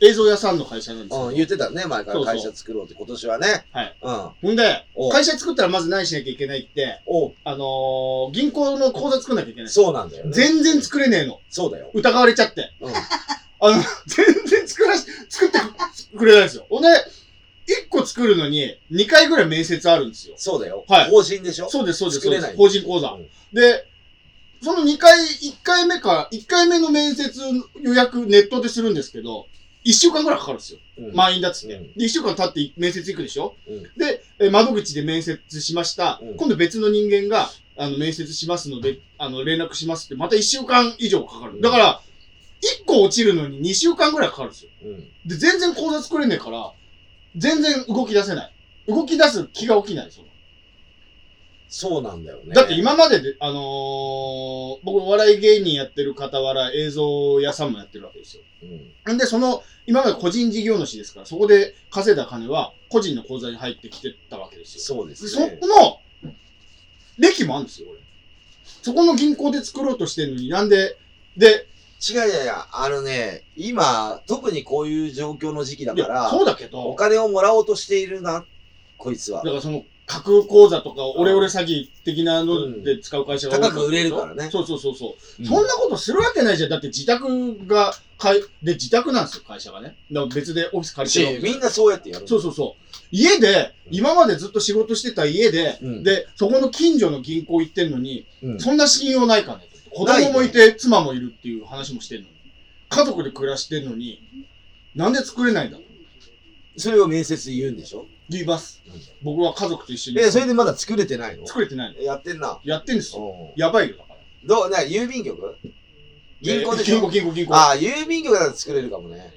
Speaker 2: 映像屋さんの会社なんです
Speaker 1: う
Speaker 2: よ。
Speaker 1: ん、言ってたね、前から
Speaker 2: そうそう
Speaker 1: 会社作ろうって、今年はね。
Speaker 2: はい。
Speaker 1: うん。
Speaker 2: ほんで、
Speaker 1: お
Speaker 2: 会社作ったらまず何しなきゃいけないって、
Speaker 1: お
Speaker 2: あのー、銀行の口座作んなきゃいけない。
Speaker 1: そうなんだよ、ね。
Speaker 2: 全然作れねえの。
Speaker 1: そうだよ。
Speaker 2: 疑われちゃって。
Speaker 1: うん。
Speaker 2: あの、全然作らし、作ってくれないんですよ。ほんで、1個作るのに2回ぐらい面接あるんですよ。
Speaker 1: そうだよ。
Speaker 2: はい
Speaker 1: 法人でしょ
Speaker 2: そうです、そうです。
Speaker 1: 作れない
Speaker 2: 法人講座。
Speaker 1: うん
Speaker 2: で、その2回、1回目か、1回目の面接予約ネットでするんですけど、1週間ぐらいかかるんですよ。
Speaker 1: うん。
Speaker 2: 満員だっつって。
Speaker 1: うん
Speaker 2: で、1週間経って面接行くでしょ、
Speaker 1: うん
Speaker 2: で、えー窓口で面接しました。
Speaker 1: うん
Speaker 2: 今度別の人間が、あの、面接しますので、あの、連絡しますって、また1週間以上かか
Speaker 1: うん
Speaker 2: る。だから、1個落ちるのに2週間ぐらいかかるんですよ。
Speaker 1: うん。
Speaker 2: で、全然口座作れねえから、全然動き出せない。動き出す気が起きない、その。
Speaker 1: そうなんだよね。
Speaker 2: だって、今までで、あのー僕、お笑い芸人やってる傍ら、映像屋さんもやってるわけですよ。
Speaker 1: うん。
Speaker 2: んで、その、今まで個人事業主ですから、そこで稼いだ金は、個人の口座に入ってきてたわけですよ。
Speaker 1: そうで
Speaker 2: そ
Speaker 1: すね。
Speaker 2: この、歴もあるんですよ、俺。そこの銀行で作ろうとしてるのになんで、で、
Speaker 1: 違う違う違う。あのね、今、特にこういう状況の時期だ
Speaker 2: い
Speaker 1: か
Speaker 2: や、
Speaker 1: ら、
Speaker 2: そうだけ
Speaker 1: お
Speaker 2: ど、
Speaker 1: 金をもらおうとしているな、こいつは
Speaker 2: だか。らその、架空口座とか、オレオレ詐欺的なの
Speaker 1: う
Speaker 2: で使う会社が
Speaker 1: 高く売れるからね
Speaker 2: そうそうそうそ
Speaker 1: う
Speaker 2: う。
Speaker 1: ん
Speaker 2: そんなことするわけないじゃん。だって自宅が、かいで、自宅なんですよ、会社がね。だから別でオフィス借りてるわ
Speaker 1: し
Speaker 2: けじゃ
Speaker 1: みんなそうやってやる。
Speaker 2: そうそうそう。家で、今までずっと仕事してた家で、
Speaker 1: うん
Speaker 2: で、そこの近所の銀行行ってんのに、
Speaker 1: うん
Speaker 2: そんな信用ないかねと。子
Speaker 1: ないね
Speaker 2: 供もいて、妻もいるっていう話もしてんのに。家族で暮らしてんのに、なんで作れないんだと
Speaker 1: それを面接で言うんでしょ
Speaker 2: 言います
Speaker 1: うん。
Speaker 2: 僕は家族と一緒に。
Speaker 1: え、それでまだ作れてないの
Speaker 2: 作れてないの。
Speaker 1: やってんな。
Speaker 2: やってんですよ。
Speaker 1: うん
Speaker 2: やばいよ、だから。
Speaker 1: どう、な、郵便 局銀行でし
Speaker 2: 銀
Speaker 1: ょ
Speaker 2: 行、銀行、銀行。
Speaker 1: ああ、郵便局だと作れるかもね。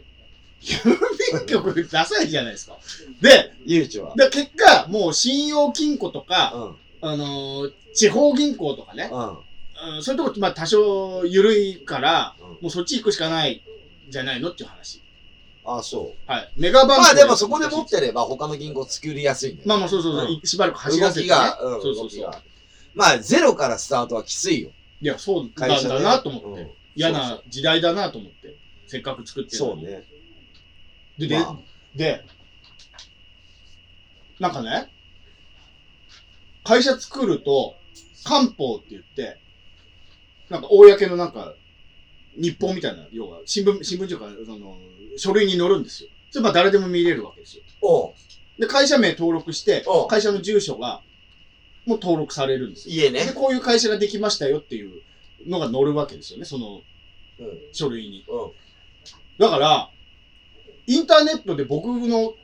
Speaker 2: 郵便援局ダサいじゃないですか。で、
Speaker 1: ゆうちは。
Speaker 2: で結果、もう信用金庫とか、
Speaker 1: うん。
Speaker 2: あのー地方銀行とかね、
Speaker 1: うん。
Speaker 2: うん、そういうとこ、まあ多少緩いから、
Speaker 1: うん
Speaker 2: もうそっち行くしかないんじゃないのっていう話。
Speaker 1: あ、そう。
Speaker 2: はい。メガバンク
Speaker 1: まあでもそ
Speaker 2: は
Speaker 1: こで持ってれば他の銀行作りやすいんだよ。
Speaker 2: まあまあそうそうそう、
Speaker 1: う
Speaker 2: しばらく走ら
Speaker 1: 動
Speaker 2: せて、
Speaker 1: き
Speaker 2: ね。
Speaker 1: が、うん、
Speaker 2: そうそう
Speaker 1: 動き
Speaker 2: そう。
Speaker 1: が。まあゼロからスタートはきついよ。
Speaker 2: いや、そう
Speaker 1: 会
Speaker 2: なん
Speaker 1: 社で
Speaker 2: だなと思って。
Speaker 1: うん
Speaker 2: 嫌な時代だなと思って。せっかく作ってる
Speaker 1: そ
Speaker 2: の
Speaker 1: う
Speaker 2: に。
Speaker 1: ね。
Speaker 2: で、で、
Speaker 1: ま
Speaker 2: で、なんかね、会社作ると、官報って言って、なんか、公のなんか、日報みたいな、要は、新聞、新聞というか、その、書類に載るんですよ。それまあ誰でも見れるわけですよ。
Speaker 1: おう
Speaker 2: で、会社名登録して
Speaker 1: お、
Speaker 2: 会社の住所が、もう登録されるんですよ。
Speaker 1: 家
Speaker 2: で、
Speaker 1: ね。
Speaker 2: こういう会社ができましたよっていうのが載るわけですよね、その
Speaker 1: うん。うん。
Speaker 2: 書類に。だから、インターネットで僕の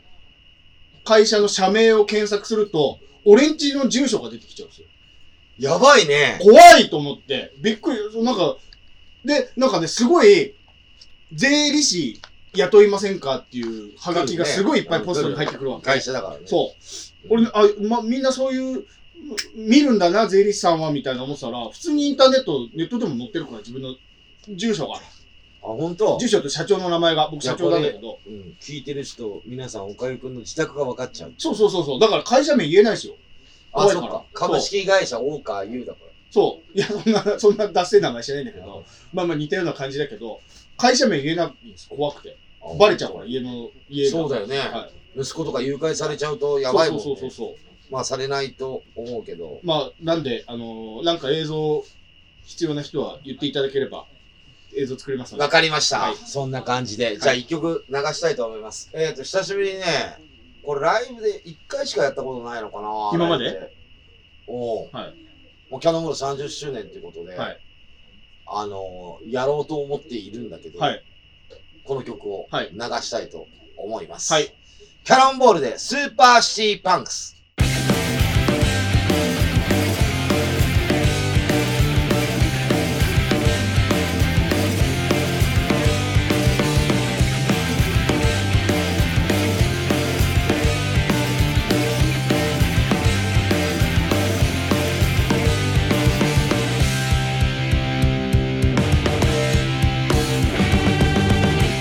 Speaker 2: 会社の社名を検索すると、俺んちの住所が出てきちゃうんですよ。
Speaker 1: やばいね。
Speaker 2: 怖いと思って、びっくり、なんか、で、なんかね、すごい、税理士雇いませんかっていうハガキがすごいいっぱいポストに入ってくるわけ。
Speaker 1: 会社だからね。
Speaker 2: そう。俺ね、あ、ま、みんなそういう、見るんだな、税理士さんは、みたいな思ってたら、普通にインターネット、ネットでも載ってるから、自分の住所が。
Speaker 1: あ、本当。
Speaker 2: 住所と社長の名前が、僕社長なんだけど。
Speaker 1: うん。聞いてる人、皆さん、おかゆくんの自宅が分かっちゃう。
Speaker 2: そうそうそうそう。だから会社名言えないですよ。
Speaker 1: あ、
Speaker 2: 怖い
Speaker 1: そ
Speaker 2: か
Speaker 1: っ
Speaker 2: ら
Speaker 1: か。株式会社、大川優だか
Speaker 2: そう。いや、そんな、そんなダセい名前してないんだけ
Speaker 1: ら。
Speaker 2: ど、まあまあ似たような感じだけど、会社名言えないんです。怖くて。バレちゃうから、家の、家が。
Speaker 1: そうだよね。
Speaker 2: は
Speaker 1: 息子とか誘拐されちゃうとやばいもんね。
Speaker 2: そうそうそうそう。
Speaker 1: まあされないと思うけど。
Speaker 2: まあ、なんで、あのーなんか映像必要な人は言っていただければ、映像作りますので
Speaker 1: わ。かりました、
Speaker 2: はい
Speaker 1: そんな感じで。じゃあ一曲流したいと思います。えっ、と、久しぶりにね、これライブで一回しかやったことないのかな
Speaker 2: 今まで
Speaker 1: ライブおう、
Speaker 2: はい
Speaker 1: もうキャノンボール30周年ということで、
Speaker 2: はい
Speaker 1: あのーやろうと思っているんだけど、
Speaker 2: はい。
Speaker 1: この曲を
Speaker 2: はい
Speaker 1: 流したいと思います。
Speaker 2: はい
Speaker 1: キャノンボールでスーパーシティパンクス。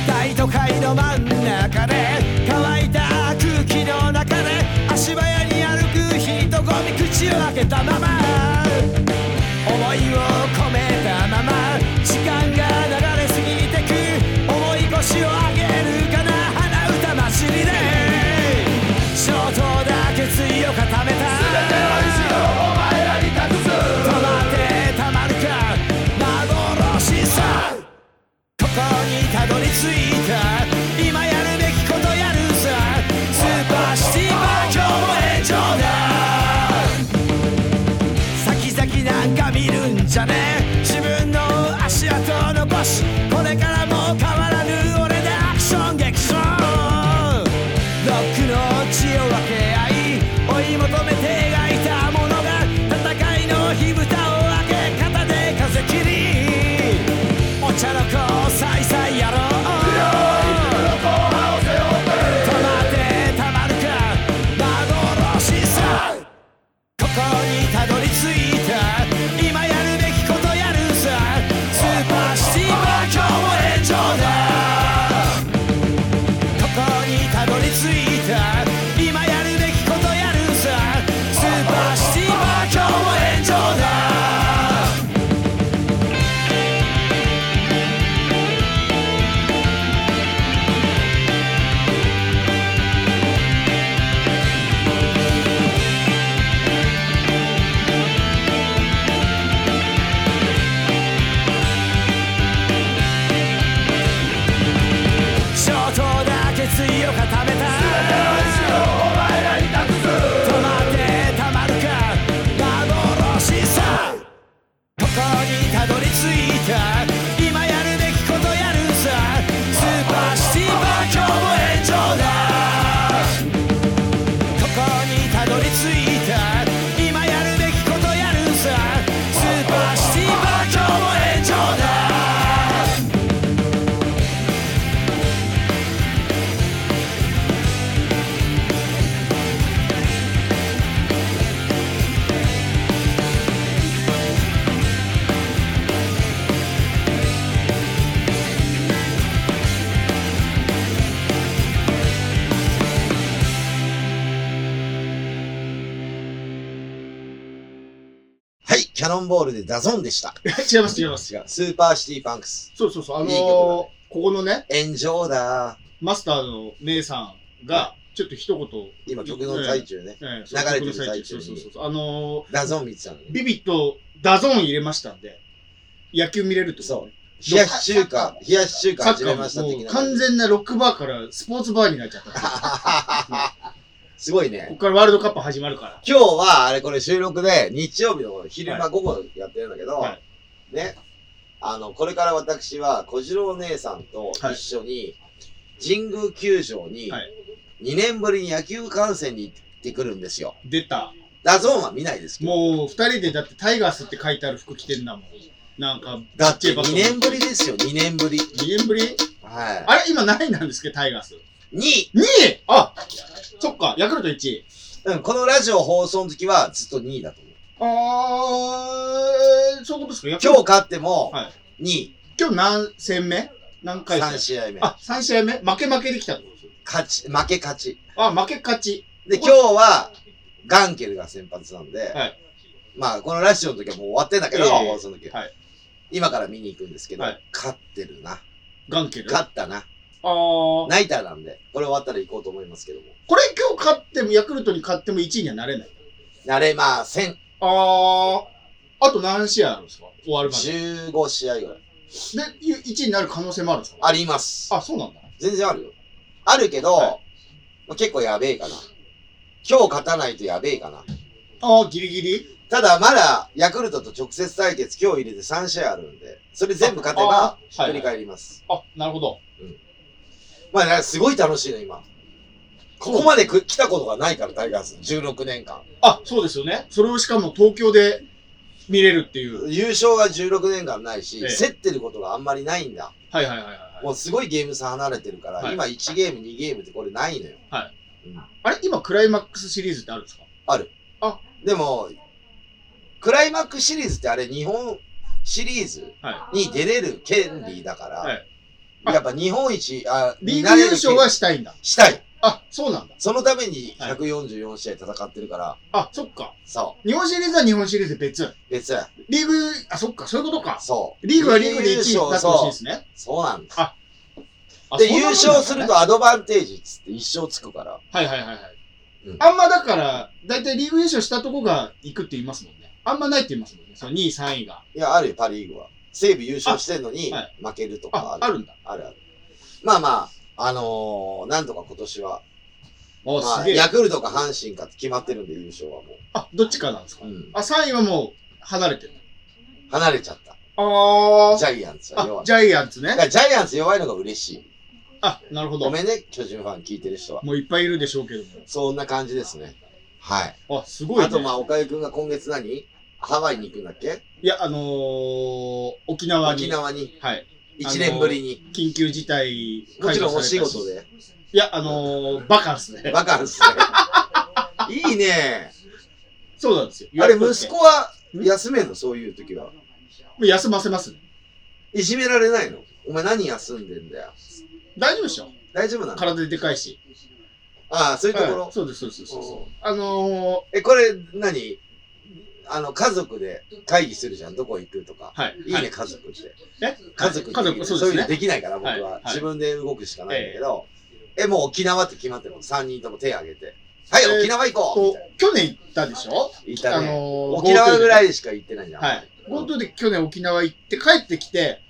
Speaker 4: 大都会の真ん中で乾いた空気の中で足早に歩く人混み口を開けたまま思いを込めたまま時間が流れ過ぎてく重い腰を上げるかな鼻歌ましりで衝動だけ意を固めた全てはお前らに託す止まってたまるか幻さここにたどり着いた今やるべきことやるさスーパーシティは今日も炎上だ先々なんか見るんじゃね自分の足跡を残しこれからも変わらぬ俺でアクション
Speaker 1: キャノンボールでダゾンでした。
Speaker 2: 違います、違います。
Speaker 1: 違う。スーパーシティパンクス。
Speaker 2: そうそうそう、あのー
Speaker 1: いい曲だね
Speaker 2: ここのね、
Speaker 1: 炎上だ。
Speaker 2: マスターの姉さんが、ちょっと一言、
Speaker 1: 今曲の最中ね。
Speaker 2: ええ
Speaker 1: 流れてる最中に
Speaker 2: そうそうそうそう。あの
Speaker 1: ダゾン見てたのね
Speaker 2: ー、。ビビッとダゾーン入れましたんで、野球見れるってこと、ね。
Speaker 1: 冷やし中華、冷やし中華
Speaker 2: サ
Speaker 1: 始
Speaker 2: ッカ
Speaker 1: めまし
Speaker 2: ー
Speaker 1: た
Speaker 2: もも
Speaker 1: 的
Speaker 2: う
Speaker 1: な。
Speaker 2: 完全なロックバーからスポーツバーになっちゃった。こ
Speaker 1: すごい
Speaker 2: こ
Speaker 1: ね。
Speaker 2: からワールドカップ始まるから。
Speaker 1: 今日は、あれこれ収録で、日曜日の昼間午後やってるんだけど、
Speaker 2: はい
Speaker 1: ね。あの、これから私は小次郎姉さんと一緒に、神宮球場に
Speaker 2: はい、
Speaker 1: 2年ぶりに野球観戦に行ってくるんですよ。
Speaker 2: 出た。
Speaker 1: ダゾーンは見ないですけど。
Speaker 2: もう二人でだってタイガースって書いてある服着てんだもん。なんか、
Speaker 1: だって2
Speaker 2: 2
Speaker 1: 年ぶりですよ、2年ぶり。
Speaker 2: 2年ぶり
Speaker 1: は
Speaker 2: あれ今何位なんですけど、タイガース。
Speaker 1: い。に、
Speaker 2: 2位あそっか、ヤクルト1位。
Speaker 1: うん、このラジオ放送の時はずっと2位だと思う。
Speaker 2: あー、そういうことですかヤクル
Speaker 1: 今日
Speaker 2: ト
Speaker 1: 勝っても
Speaker 2: はい、
Speaker 1: 2位、
Speaker 2: 今日何戦目何回
Speaker 1: 3
Speaker 2: 戦
Speaker 1: 試合目。
Speaker 2: あ、3試合目負け負けできたってことです
Speaker 1: 勝ち、負け勝ち。
Speaker 2: あ、負け勝ち。
Speaker 1: で、今日は、ガンケルが先発なんで、
Speaker 2: はい
Speaker 1: まあ、このラジオの時はもう終わってんだけど、
Speaker 2: ええ
Speaker 1: 放送の時は
Speaker 2: はい
Speaker 1: 今から見に行くんですけど、
Speaker 2: はい
Speaker 1: 勝ってるな。
Speaker 2: ガンケル。あ
Speaker 1: 勝ったな。
Speaker 2: ー。
Speaker 1: ナイターなんで、これ終わったら行こうと思いますけども。
Speaker 2: これ今日勝っても、ヤクルトに勝っても1位にはなれない。
Speaker 1: なれません。
Speaker 2: あー。あと何試合あるんですか終わるまで。
Speaker 1: 15試合ぐらい。
Speaker 2: で、1位になる可能性もあるんですか
Speaker 1: あります。
Speaker 2: あ、そうなんだ。
Speaker 1: 全然あるよ。あるけど、
Speaker 2: は
Speaker 1: まあ結構やべえかな。今日勝たないとやべえかな。
Speaker 2: あー、ギリギリ
Speaker 1: ただまだ、ヤクルトと直接対決今日入れて3試合あるんで、それ全部勝てば、
Speaker 2: あー
Speaker 1: 振
Speaker 2: はい
Speaker 1: り
Speaker 2: はい。
Speaker 1: 返ります。
Speaker 2: あ、なるほど。
Speaker 1: まあ、だからすごい楽しいの、今。ここまでく来たことがないから、タイガース。16年間。
Speaker 2: あ、そうですよね。それをしかも東京で見れるっていう。
Speaker 1: 優勝が16年間ないし、
Speaker 2: ええ
Speaker 1: 競ってることがあんまりないんだ。
Speaker 2: はいはいはいはい。
Speaker 1: もうすごいゲーム差離れてるから、
Speaker 2: はい
Speaker 1: 今1ゲーム、2ゲームってこれないのよ。
Speaker 2: は
Speaker 1: うん
Speaker 2: あれ今クライマックスシリーズってあるんですか
Speaker 1: でも、クライマックスシリーズってあれ、日本シリーズ
Speaker 2: は
Speaker 1: に出れる権利だから、
Speaker 2: はい
Speaker 1: やっぱ日本一、あ、
Speaker 2: リ
Speaker 1: に
Speaker 2: ー
Speaker 1: な
Speaker 2: グ
Speaker 1: れる
Speaker 2: 優勝はしたいんだ。
Speaker 1: したい。
Speaker 2: あ、そうなんだ。
Speaker 1: そのために
Speaker 2: はい
Speaker 1: 144試合戦ってるから、
Speaker 2: あ、そっか。
Speaker 1: そ
Speaker 2: 日本シリーズは日本シリーズで別。
Speaker 1: う。別、
Speaker 2: リーグ、あ、そっか、そういうことか。
Speaker 1: そう。
Speaker 2: リーグはリーグで1位に
Speaker 1: 優
Speaker 2: な
Speaker 1: 勝
Speaker 2: ってほしい
Speaker 1: そ
Speaker 2: で
Speaker 1: う。
Speaker 2: すね。
Speaker 1: そうなんです。
Speaker 2: ああ
Speaker 1: で、
Speaker 2: そう
Speaker 1: 優
Speaker 2: なんだ
Speaker 1: 勝するとアドバンテージっつって一生つくから。
Speaker 2: はいはいはいはい。
Speaker 1: うん
Speaker 2: あんまだから、だいたいリーグ優勝したとこが行くって言いますもんね。あんまないって言いますもんね。その2位、3位が。
Speaker 1: いや、あるよ、パリーグは。西武優勝してんのに
Speaker 2: あは
Speaker 1: 負けるとか
Speaker 2: あ
Speaker 1: あ、る。
Speaker 2: あるんだ。
Speaker 1: あるある。まあまあ、あのー、なんとか今年は、ま
Speaker 2: お
Speaker 1: あ、
Speaker 2: すげえ。
Speaker 1: ヤクルトか阪神かって決まってるんで優勝はも
Speaker 2: あ、どっちかなんですか
Speaker 1: う。う。ん。
Speaker 2: あ、3位はもう離れてる。
Speaker 1: 離れちゃった。
Speaker 2: あ
Speaker 1: ジャイアンツは
Speaker 2: あ。
Speaker 1: 弱い。
Speaker 2: ジャイアンツ
Speaker 1: だ
Speaker 2: ね
Speaker 1: か。らジャイアンツ弱いのが嬉しい。
Speaker 2: あ、なるほ
Speaker 1: ご
Speaker 2: ど。
Speaker 1: めんね、巨人ファン聞いてる人は。
Speaker 2: もういっぱいいるでしょうけど
Speaker 1: そんな感じですね。はい。
Speaker 2: も。あ、すごい、ね。
Speaker 1: あと、まあ、岡井くんが今月何ハワイに行くんだっけ
Speaker 2: いや、あのー、沖縄に。
Speaker 1: 沖縄に。
Speaker 2: はい。
Speaker 1: 1年ぶりに。
Speaker 2: 緊急事態
Speaker 1: もちろんお
Speaker 2: 解除さ
Speaker 1: 仕
Speaker 2: れたし
Speaker 1: 事で。
Speaker 2: いや、あのー、バカンスね。
Speaker 1: バカンスね。いいね。
Speaker 2: そうなんですよ。
Speaker 1: あれ、息子は休めんのそういう時は。
Speaker 2: もう休ませますね。
Speaker 1: いじめられないのお前何休んでんだよ。
Speaker 2: 大丈夫でしょ
Speaker 1: 大丈夫なの
Speaker 2: 体でかいし。
Speaker 1: ああ、そういうとこ
Speaker 2: は
Speaker 1: ろ
Speaker 2: い。そうです、そうです、そうです
Speaker 1: おう。
Speaker 2: あの
Speaker 1: え、これ何、あの、家族で会議するじゃん。どこ行くとか。
Speaker 2: ー、はい。
Speaker 1: いい
Speaker 2: は
Speaker 1: ね、家族って。
Speaker 2: え
Speaker 1: 家族って
Speaker 2: 家族そうです
Speaker 1: そ
Speaker 2: ね
Speaker 1: ういうのできないから、僕
Speaker 2: はいは。
Speaker 1: はい自分で動くしかないんだけど。え、もう沖縄って決まってるの ?3 人とも手挙げて。はい、
Speaker 2: えー
Speaker 1: 沖縄行こうみ
Speaker 2: と
Speaker 1: たいな。
Speaker 2: 去年行ったでしょ
Speaker 1: 言っ
Speaker 2: あ
Speaker 1: た
Speaker 2: の
Speaker 1: ね。
Speaker 2: ー、
Speaker 1: 沖縄ぐら
Speaker 2: い。
Speaker 1: いしか行ってないじゃん。
Speaker 2: はい。
Speaker 1: うん
Speaker 2: GoTo で去年沖縄行って帰ってきて、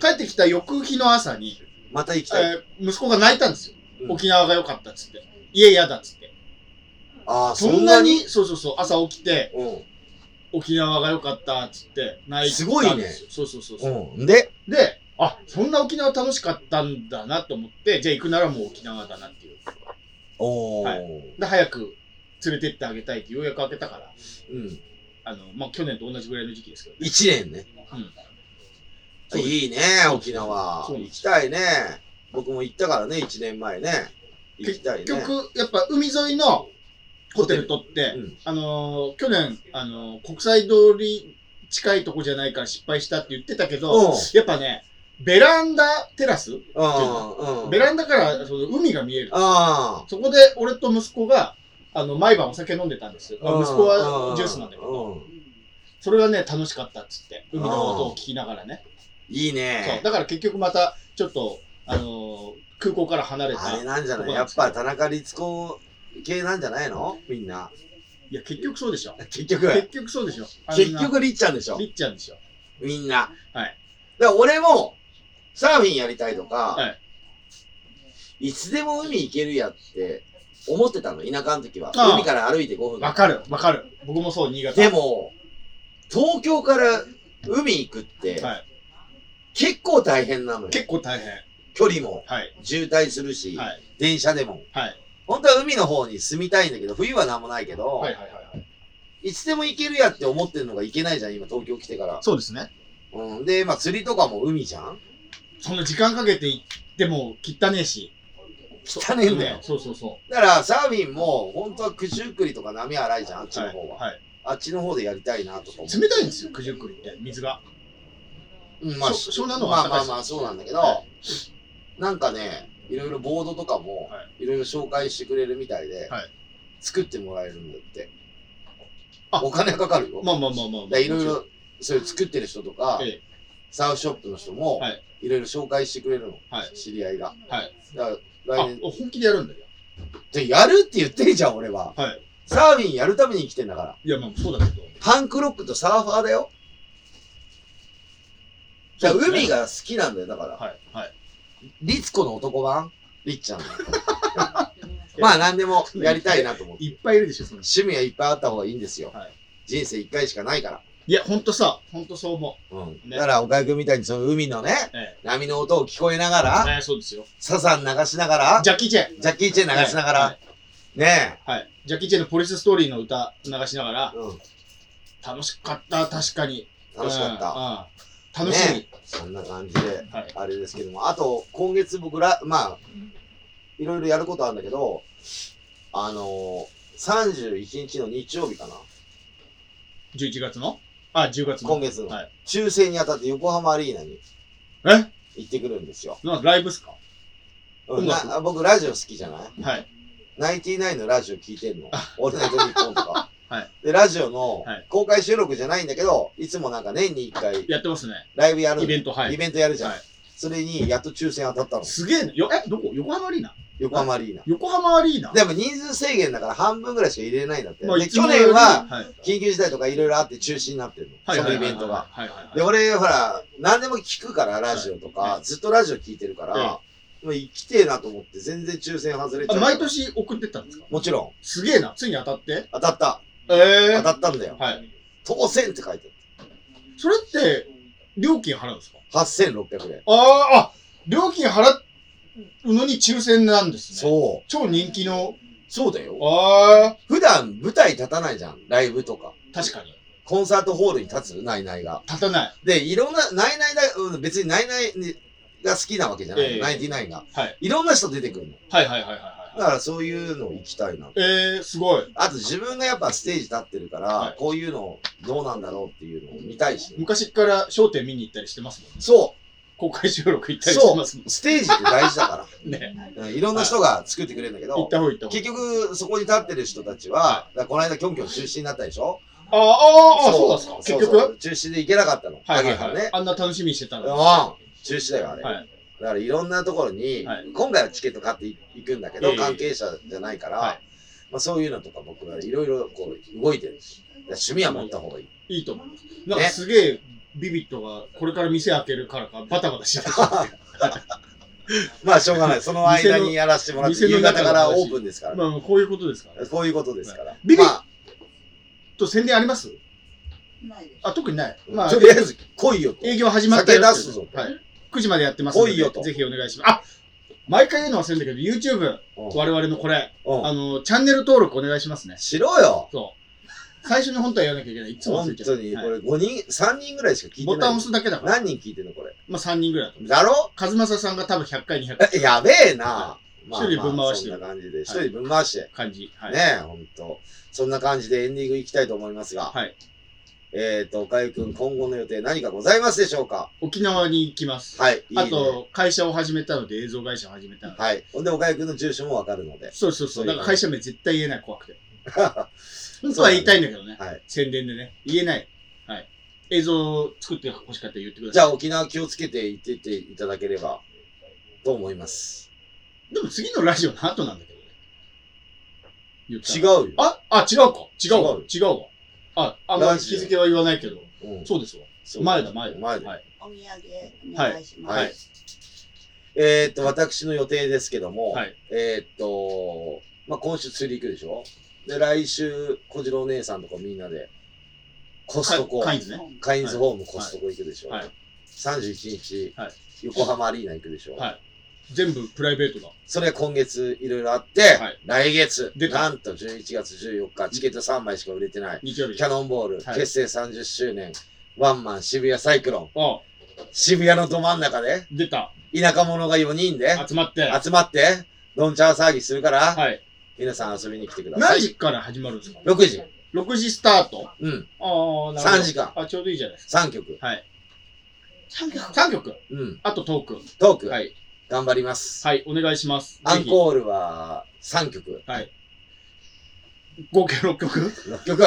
Speaker 2: 帰ってきた翌日の朝に、
Speaker 1: また行きたい。
Speaker 2: えー息子が泣いたんですよ。
Speaker 1: うん
Speaker 2: 沖縄が良かったっつって。家嫌だっつって。
Speaker 1: ああ、
Speaker 2: そ
Speaker 1: そ
Speaker 2: ん
Speaker 1: ん
Speaker 2: な
Speaker 1: な
Speaker 2: に
Speaker 1: に
Speaker 2: そうそうそう。朝起きて、
Speaker 1: うん。
Speaker 2: 沖縄が良かったっつって泣いたんです
Speaker 1: ごいね
Speaker 2: よそうそうそうそう。
Speaker 1: うん。で、
Speaker 2: で、あ、そんな沖縄楽しかったんだなと思って、じゃあ行くならもう沖縄だなっていう。
Speaker 1: おー。
Speaker 2: はで、早く連れてってあげたいってようやく開けたから、
Speaker 1: うん。
Speaker 2: あの、まあ、去年と同じぐらいの時期ですけどね。
Speaker 1: 一年ね。
Speaker 2: うんそうです
Speaker 1: いいね、沖縄。
Speaker 2: そうで
Speaker 1: 行
Speaker 2: す
Speaker 1: きたいね。僕も行ったからね、一年前ね。行きたいね。
Speaker 2: 結局、やっぱ海沿いのホテル取って、
Speaker 1: うん
Speaker 2: あのー去年、あのー国際通り近いとこじゃないから失敗したって言ってたけ
Speaker 1: う
Speaker 2: ど、
Speaker 1: ん
Speaker 2: やっぱね、ベランダテラス、
Speaker 1: うん。うん。
Speaker 2: ベランダからその海が見える。
Speaker 1: あ
Speaker 2: そこで俺と息子が、あの、毎晩お酒飲んでたんです。
Speaker 1: あ。
Speaker 2: まあ息子はジュースなんだけど。
Speaker 1: うん。
Speaker 2: それがね、楽しかったっつって。海の音を聞きながらね。
Speaker 1: いい
Speaker 2: そう。
Speaker 1: ね。
Speaker 2: だから結局また、ちょっと、あのー空港から離れた。
Speaker 1: あれなんじゃないやっぱ田中律子系なんじゃないのみんな。
Speaker 2: いや、結局そうでしょ。
Speaker 1: 結局。
Speaker 2: 結局そうでしょ。
Speaker 1: 結局りっちゃんでし
Speaker 2: あんな、
Speaker 1: ょ
Speaker 2: りっちゃんでしょ。
Speaker 1: みんな。
Speaker 2: はい。
Speaker 1: だから俺も、サーフィンやりたいとか、、
Speaker 2: はい
Speaker 1: つでも海行けるやって思ってたの、田舎の時は。
Speaker 2: ああ
Speaker 1: 海から歩いて5
Speaker 2: わ
Speaker 1: 分。
Speaker 2: かる、わかる。僕もそう、新潟。
Speaker 1: でも、東京から海行くって、
Speaker 2: はい、
Speaker 1: 結構大変なのよ。
Speaker 2: 結構大変。
Speaker 1: 距離も、
Speaker 2: はい。
Speaker 1: 渋滞するし、
Speaker 2: はい。
Speaker 1: 電車でも。
Speaker 2: はい。
Speaker 1: 本当は海の方に住みたいんだけど、冬はなんもないけど、
Speaker 2: はいはい
Speaker 1: い、
Speaker 2: はいはい。
Speaker 1: つでも行けるやって思ってるのが行けないじゃん、今東京来てから。
Speaker 2: そうですね。
Speaker 1: うん、で、まあ釣りとかも海じゃん
Speaker 2: その時間かけて行っても、汚ねえし。
Speaker 1: 汚ねえんだよ
Speaker 2: う。そうそうそ
Speaker 1: だから、サーフィンも、本当は九十九里とか波荒いじゃん、あっ
Speaker 2: う。
Speaker 1: ち
Speaker 2: は
Speaker 1: の
Speaker 2: い
Speaker 1: 方は。
Speaker 2: はい。
Speaker 1: あっちの方でやりたいなとか思
Speaker 2: 冷たいんですよ、九十九里って、水が。
Speaker 1: う。うん、まあ、
Speaker 2: そ湘南の方
Speaker 1: ま
Speaker 2: が
Speaker 1: あまあまあ、そうなんだけど、
Speaker 2: は
Speaker 1: なんかね、いろいろボードとかも
Speaker 2: は、
Speaker 1: いろいろ紹介してくれるみたいで、
Speaker 2: はい
Speaker 1: 作ってもらえるんだって。
Speaker 2: あ
Speaker 1: お金かかるよ。
Speaker 2: まあまあまあまあまあ。
Speaker 1: だからいろいろ、それ作ってる人とか、
Speaker 2: ええ
Speaker 1: サーフショップの人も、
Speaker 2: はい
Speaker 1: い、ろいろ紹介してくれるの、
Speaker 2: はい
Speaker 1: 知り合いが。
Speaker 2: はい。
Speaker 1: だから、
Speaker 2: あ
Speaker 1: 来年、
Speaker 2: 本気でやるんだよ。
Speaker 1: で、やるって言ってるじゃん、俺は。
Speaker 2: はい。
Speaker 1: サーフィンやるために生きてんだから。
Speaker 2: いや、まあ、そうだけど。
Speaker 1: パンクロックとサーファーだよ。だから海が好きなんだよ、だから。
Speaker 2: はい。はい。
Speaker 1: リツコの男版リッ ちゃんの。まあ何でもやりたいなと思って。
Speaker 2: いっぱいいるでしょ、その人。
Speaker 1: 趣味はいっぱいあった方がいいんですよ。
Speaker 2: はい
Speaker 1: 人生一回しかないから。
Speaker 2: いや、ほんとさ、ほんとそう思
Speaker 1: うん。
Speaker 2: ね
Speaker 1: だから、岡井くんみたいにその海のね、
Speaker 2: う。え
Speaker 1: 波の音を聞こえなが
Speaker 2: え。
Speaker 1: ら、
Speaker 2: ねそうですよ。
Speaker 1: サザン流しながら、
Speaker 2: ジャッキー・チェン。
Speaker 1: ジャッキー・チェン流しなが
Speaker 2: は
Speaker 1: ら
Speaker 2: い、
Speaker 1: ね
Speaker 2: はい。ジャッキー・チェンのポリスストーリーの歌流しながら
Speaker 1: え、、うん、
Speaker 2: 楽しかった、確かに。
Speaker 1: 楽しかった。
Speaker 2: た楽しみ。
Speaker 1: ねそんな感じで、
Speaker 2: はい
Speaker 1: あれですけども、あと、今月僕ら、まあ、いろいろやることあるんだけど、あのー、31日の日曜日かな、
Speaker 2: 11月のあ、10月の。
Speaker 1: 今月の
Speaker 2: はい。
Speaker 1: 抽選に当たって横浜アリーナに
Speaker 2: え
Speaker 1: 行ってくるんですよ。
Speaker 2: なんかライブっすか
Speaker 1: うん、
Speaker 2: 音楽
Speaker 1: な僕、ラジオ好きじゃない
Speaker 2: はい。
Speaker 1: ナインティナインのラジオ聞いて んの。オールナイトニッポンとか。
Speaker 2: はい
Speaker 1: で、ラジオの
Speaker 2: はい
Speaker 1: 公開収録じゃないんだけど、いつもなんか年に1回
Speaker 2: やってますね。
Speaker 1: ライブやる
Speaker 2: イベント、はい。
Speaker 1: イベントやるじゃん。
Speaker 2: はい
Speaker 1: それにやっと抽選当たったの。
Speaker 2: すげえな。よ、え、どこ横浜アリーナ
Speaker 1: 横浜アリーナ。
Speaker 2: 横浜アリーナ
Speaker 1: でも人数制限だから半分ぐらいしか入れないんだって。
Speaker 2: まあ
Speaker 1: で
Speaker 2: いつも
Speaker 1: 去
Speaker 2: よ
Speaker 1: 年
Speaker 2: り
Speaker 1: は
Speaker 2: はい。
Speaker 1: 緊急事態とかいろいろあって中止になってるの。
Speaker 2: はいはいはいはい
Speaker 1: そのイベントが。
Speaker 2: はいはいはい。
Speaker 1: で、俺、ほら、何でも聞くから、ラジオとか、
Speaker 2: はい
Speaker 1: ずっとラジオ聞いてるから、
Speaker 2: は
Speaker 1: もう生きてえなと思って全然抽選外れちゃ
Speaker 2: あ
Speaker 1: う。
Speaker 2: 毎年送ってったんですか
Speaker 1: もちろん、
Speaker 2: すげえな。ついに当たって
Speaker 1: 当たった。
Speaker 2: え
Speaker 1: 当
Speaker 2: え
Speaker 1: たったんだよ。
Speaker 2: はい。
Speaker 1: 当選って書いて
Speaker 2: それって、料金払うんですか
Speaker 1: ある。8600円。
Speaker 2: ああ、あ、料金払うのに抽選なんですね。う。
Speaker 1: そう。
Speaker 2: 超人気の、
Speaker 1: そうだよ。
Speaker 2: ああ、
Speaker 1: 普段舞台立たないじゃん。ライブとか。
Speaker 2: 確かに。
Speaker 1: コンサートホールに立つナイナイが。
Speaker 2: 立たない。
Speaker 1: で、いろんな、ナイナイだ、うん別にナイナイが好きなわけじゃない。
Speaker 2: ええ
Speaker 1: ナインティナインが。
Speaker 2: はい。
Speaker 1: いろんな人出てくるの。
Speaker 2: はいはいはいはいはい
Speaker 1: だ
Speaker 2: はい。
Speaker 1: からそういうの行きたいな。
Speaker 2: ええー、すごい。
Speaker 1: あと自分がやっぱステージ立ってるから、
Speaker 2: はい
Speaker 1: こういうのどうなんだろうっていうのを見たいし、ね。
Speaker 2: 昔から商店見に行ったりしてますもんね。
Speaker 1: そ
Speaker 2: 公開収録行っ
Speaker 1: う、
Speaker 2: たりして
Speaker 1: そ
Speaker 2: ますも
Speaker 1: う、ステージって大事だか
Speaker 2: んね。
Speaker 1: ら。うんいろんな人が作ってくれるんだけ
Speaker 2: 行
Speaker 1: ど
Speaker 2: っ、た方がいい行った方がいい。
Speaker 1: 結局そこに立ってる人たちは、だからこの間キョンキョン中止になったでしょ
Speaker 2: ああ、ああ、そうなんですか。
Speaker 1: そう
Speaker 2: 結局
Speaker 1: そう中止で行けなかったの。
Speaker 2: はい
Speaker 1: だか
Speaker 2: は
Speaker 1: ら
Speaker 2: いはい
Speaker 1: ね。。
Speaker 2: あんな楽しみにしてたの
Speaker 1: う
Speaker 2: に。
Speaker 1: ん
Speaker 2: は、
Speaker 1: 中止だよ、あれ。
Speaker 2: い。
Speaker 1: だからいろんなところに、
Speaker 2: はい
Speaker 1: 今回はチケット買ってい行くんだけど、
Speaker 2: ええ
Speaker 1: 関係者じゃないから、
Speaker 2: はい
Speaker 1: まあ、そういうのとか僕はいろいろこう動いてるんですだから趣味は持った方がいい。
Speaker 2: いいと思います。なんかすげえ、ビビットがこれから店開けるからか、バタバタしてた。
Speaker 1: まあしょうがない。その間にやらせてもらって、
Speaker 2: 店の
Speaker 1: 夕
Speaker 2: 店の中
Speaker 1: 方
Speaker 2: の
Speaker 1: からオープンですから、
Speaker 2: まあ、こういうことですからね。
Speaker 1: こういうことですから。
Speaker 2: ビビ
Speaker 1: まあ、
Speaker 2: と、宣伝あります
Speaker 3: ないです。
Speaker 2: あ、特にない。まあ
Speaker 1: と、りあえず来いよと。
Speaker 2: 営業始まったよ
Speaker 1: 酒出すぞ
Speaker 2: はい。9時までやってますので。
Speaker 1: 来いよと
Speaker 2: ぜひお願いします。あ、毎回言うの忘れるんだけど、YouTube、我々のこれ、
Speaker 1: うん
Speaker 2: あの、チャンネル登録お願いしますね。
Speaker 1: しろよ。
Speaker 2: そう。最初に本当はやらなきゃいけない。いつも忘
Speaker 1: 本
Speaker 2: れちゃう。
Speaker 1: 当に、こ
Speaker 2: はい
Speaker 1: れ5人、3人ぐらいしか聞いて
Speaker 2: ボタ
Speaker 1: な
Speaker 2: ン
Speaker 1: い
Speaker 2: 押。すだけだから。
Speaker 1: 何人聞いてんのこれ。
Speaker 2: まあ、3人ぐらいだと。
Speaker 1: だろ
Speaker 2: 和正さんが多分100回、200
Speaker 1: えやべえな。まあ
Speaker 2: 一人分回して
Speaker 1: ま
Speaker 2: る
Speaker 1: あそんな感じで。一人分回して。
Speaker 2: 感じ。はい。
Speaker 1: ねえ、ほんと。そんな感じでエンディングいきたいと思いますが。
Speaker 2: はい。
Speaker 1: えっ、ー、と、おかゆくん、今後の予定何かございますでしょうか
Speaker 2: 沖縄に行きます。
Speaker 1: はい。いいね、
Speaker 2: あ、と、会社を始めたので、映像会社を始めたので。
Speaker 1: はい。ほんで、おかゆくんの住所もわかるので。
Speaker 2: そうそうそう。だから会社 名絶対言えない、怖くて。
Speaker 1: は
Speaker 2: 本当は言いたいんだけどね。
Speaker 1: い。
Speaker 2: 宣伝でね。言えない。はい。映像を作ってほしかったら言ってくだ
Speaker 1: じ
Speaker 2: さ
Speaker 1: ゃあ沖縄気をつけて行ってっていただければと思います。
Speaker 2: い。でも次のラジオの後なんだけどね。言った
Speaker 1: 違う
Speaker 2: う。
Speaker 1: よ。
Speaker 2: あ、あ、違うか。違うわ。違うわ。あ、あんまり日付は言わないけど。
Speaker 1: うん
Speaker 2: そうですわ。
Speaker 1: そう
Speaker 2: 前だ、前だ。
Speaker 1: 前だ
Speaker 2: はい。
Speaker 3: お土産お願いします。
Speaker 1: はいえー、っと、私の予定ですけども、
Speaker 2: はい
Speaker 1: えー、っと、まあ、今週釣り行くでしょで、来週、小次郎お姉さんとかみんなで、コストコ、
Speaker 2: カ
Speaker 1: カ
Speaker 2: イ
Speaker 1: イ
Speaker 2: ンズね。
Speaker 1: ンズホームコストコ行くでしょ、
Speaker 2: はい。
Speaker 1: 31日、
Speaker 2: はい
Speaker 1: 横浜アリーナ行くでしょ、
Speaker 2: はい全部プライベートだ。
Speaker 1: それは今月いろいろあって、
Speaker 2: はい
Speaker 1: 来月
Speaker 2: 出、た
Speaker 1: なんと11月14日、チケット3枚しか売れてない、
Speaker 2: 日曜日。
Speaker 1: キャノンボール、
Speaker 2: はい
Speaker 1: 結成30周年、ワンマン渋谷サイクロン、
Speaker 2: あ、
Speaker 1: 渋谷のど真ん中で、
Speaker 2: 出た。
Speaker 1: 田舎者が4人で、
Speaker 2: 集まって。は
Speaker 1: 集まって、どんちゃん騒ぎするから、
Speaker 2: い。
Speaker 1: 皆さん遊びに来てくださ
Speaker 2: 何
Speaker 1: い。
Speaker 2: 時から始まるんですか
Speaker 1: 6時。
Speaker 2: ?6 時スタート。
Speaker 1: うん。
Speaker 2: ああ、なるほど。
Speaker 1: 3時間
Speaker 2: あ、ちょうどいいじゃないです
Speaker 1: 3曲。
Speaker 2: か。はい。
Speaker 3: 三角
Speaker 2: 3曲。
Speaker 1: うん。
Speaker 2: あとトーク。
Speaker 1: トーク。
Speaker 2: はい。
Speaker 1: 頑張ります。
Speaker 2: はい、お願いします。
Speaker 1: ア
Speaker 2: ぜ
Speaker 1: ン
Speaker 2: ひ
Speaker 1: コールは3曲。
Speaker 2: はい。合計6曲
Speaker 1: 6曲。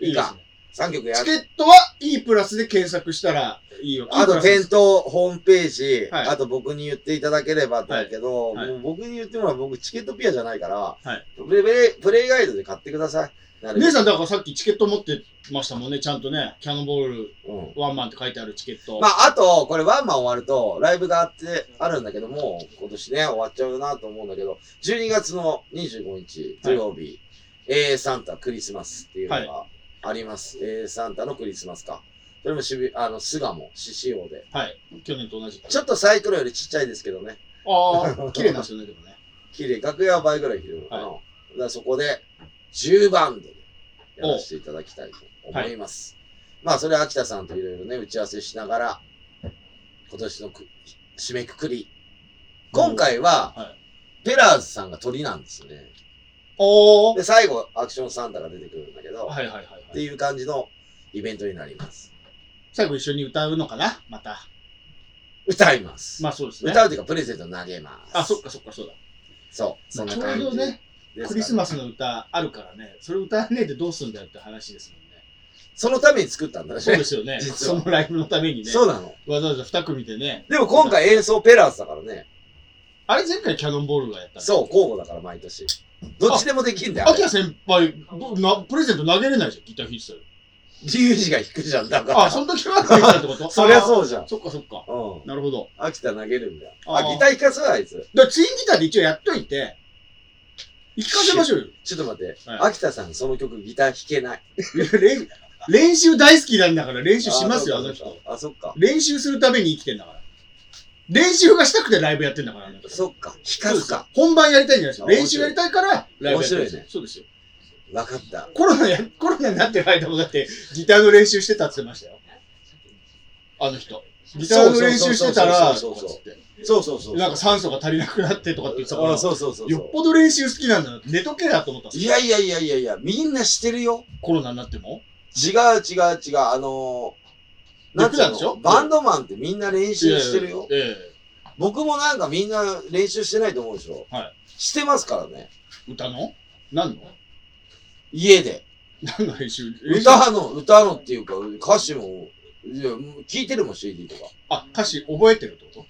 Speaker 1: いいか
Speaker 2: ですね
Speaker 1: 3曲や
Speaker 2: チケットは E プラスで検索したらいいよ。
Speaker 1: あと、店頭、ホームページ、
Speaker 2: はい
Speaker 1: あと僕に言っていただければだけど、
Speaker 2: はい
Speaker 1: もう僕に言ってもらう僕チケットピアじゃないから、
Speaker 2: はい
Speaker 1: プレイプレイガイドで買ってください。なるべく
Speaker 2: 姉さん、だからさっきチケット持ってましたもんね、ちゃんとね。キャノンボール
Speaker 1: うん。
Speaker 2: ワンマンって書いてあるチケット。
Speaker 1: まあ、あと、これワンマン終わると、ライブがあって、あるんだけども、今年ね、終わっちゃうなと思うんだけど、12月の25日、土曜日、A サンタクリスマスっていうのがあります。A サンタのクリスマスか。それも渋谷、あの、巣鴨、獅子王で。
Speaker 2: はい。去年と同じ く。
Speaker 1: ちょっとサイクロよりちっちゃいですけどね。
Speaker 2: ああ、綺麗なんですよね、でも ね。
Speaker 1: 綺麗、楽屋は倍ぐらい広いのかな。
Speaker 2: は
Speaker 1: だからそこで、10バンドでやらせていただきたいと思います。まあ、それは秋田さんといろいろね、打ち合わせしながら、今年のく締めくくり。今回は、
Speaker 2: は
Speaker 1: ペラーズさんが鳥なんですね。
Speaker 2: おー。
Speaker 1: で、最後、アクションサンタが出てくるんだけど、
Speaker 2: はいはいはい
Speaker 1: っ
Speaker 2: は
Speaker 1: て
Speaker 2: い。
Speaker 1: いう感じのイベントになります。
Speaker 2: 最後一緒に歌うのかなまた。
Speaker 1: 歌います。
Speaker 2: まあそうですね。
Speaker 1: 歌うというか、プレゼント投げます。
Speaker 2: あ、そっかそっかそうだ。
Speaker 1: そう。そんな
Speaker 2: ちょ
Speaker 1: 感
Speaker 2: う
Speaker 1: じ
Speaker 2: どね、
Speaker 1: ですか
Speaker 2: クリスマスの歌あるからね、それ歌わねえでどうすんだよって話ですもんね。
Speaker 1: そのために作ったんだね。
Speaker 2: そうですよね。
Speaker 1: 実は
Speaker 2: そのライブのためにね、
Speaker 1: そうなの。
Speaker 2: わざわざ2組でね、
Speaker 1: でも今回演奏ペラーズだからね。
Speaker 2: あれ前回キャノンボールがやったう。
Speaker 1: そう、交互だから毎年。どっちでもできんだよ。あ
Speaker 2: アキ
Speaker 1: れ
Speaker 2: ラ先輩どな、プレゼント投げれないじゃん、ギター弾いてたら
Speaker 1: リュウジが弾くじゃん、だから。
Speaker 2: あ、その時は投げたってこと
Speaker 1: そりゃ
Speaker 2: う。
Speaker 1: そうじゃん。
Speaker 2: そっかそっか。
Speaker 1: うん。
Speaker 2: なるほど。
Speaker 1: 秋田投げるんだよ。
Speaker 2: あ
Speaker 1: あ、
Speaker 2: ー
Speaker 1: ギター弾かすわ、あいつ。
Speaker 2: だからツインギターで一応やっといて、行かせましょうよ。
Speaker 1: ちょっと待って。
Speaker 2: は
Speaker 1: 秋田さん、その曲ギター弾けない。
Speaker 2: 練練習大好きなんだから練習しますよ、あ
Speaker 1: ー
Speaker 2: の。
Speaker 1: そっ
Speaker 2: 人。
Speaker 1: かそっかあ、
Speaker 2: 練習するために生きてんだから。練習がしたくてライブやってんだから、あの人
Speaker 1: そっか。そっか。弾かすか。
Speaker 2: 本番やりたいんじゃないですか。
Speaker 1: あ面白い
Speaker 2: 練習やりたいから、ライブやってるんですよ
Speaker 1: 面白いね
Speaker 2: そうですよ。
Speaker 1: わかった。
Speaker 2: コロナや、コロナになってる間もだって、ギターの練習してたって言ってましたよ。あの人。ギターの練習してたら、
Speaker 1: そう
Speaker 2: と
Speaker 1: そうそうそう
Speaker 2: か
Speaker 1: そう
Speaker 2: つって
Speaker 1: そうそうそう。
Speaker 2: なんか酸素が足りなくなってとかって言ってたか
Speaker 1: あ
Speaker 2: ら、
Speaker 1: そうそうそうそう。
Speaker 2: よっぽど練習好きなんだな。寝とけやと思ったんです
Speaker 1: い
Speaker 2: よ。
Speaker 1: やいやいやいやいや、みんなしてるよ。
Speaker 2: コロナになっても。
Speaker 1: 違う違う違う。あのー、
Speaker 2: やってたんでし
Speaker 1: つうの
Speaker 2: ょ
Speaker 1: バンドマンってみんな練習してるよ。
Speaker 2: いやいやいやえ
Speaker 1: 僕もなんかみんな練習してないと思うでしょ
Speaker 2: はい。
Speaker 1: してますからね。
Speaker 2: え歌の何の
Speaker 1: 家で。
Speaker 2: 何の練習練習
Speaker 1: 歌の、歌のっていうか、歌詞も、いや、聞いてるもん CD とか。
Speaker 2: あ、歌詞覚えてるってこ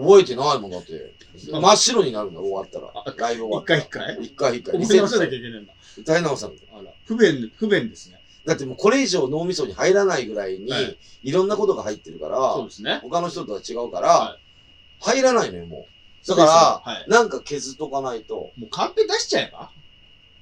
Speaker 1: 覚えてないもんだって。
Speaker 2: あ
Speaker 1: 真っ白になるんだ、終わった
Speaker 2: あ
Speaker 1: ら。ライブ
Speaker 2: と
Speaker 1: 終
Speaker 2: 一
Speaker 1: わ
Speaker 2: 回
Speaker 1: っ
Speaker 2: 一回
Speaker 1: たら。一回一回。
Speaker 2: 覚え直さな
Speaker 1: リセ
Speaker 2: きゃいけないんだ。
Speaker 1: ット歌い直さなきゃ
Speaker 2: あら、不便、不便ですね。
Speaker 1: だってもうこれ以上脳みそに入らないぐらいに
Speaker 2: はい、
Speaker 1: いろんなことが入ってるから、
Speaker 2: そうですね。
Speaker 1: 他の人とは違うか
Speaker 2: は
Speaker 1: ら、入らないのよ、もう。だか
Speaker 2: はい
Speaker 1: ら、なんか削っとかないと。
Speaker 2: もうカンペ出しちゃえば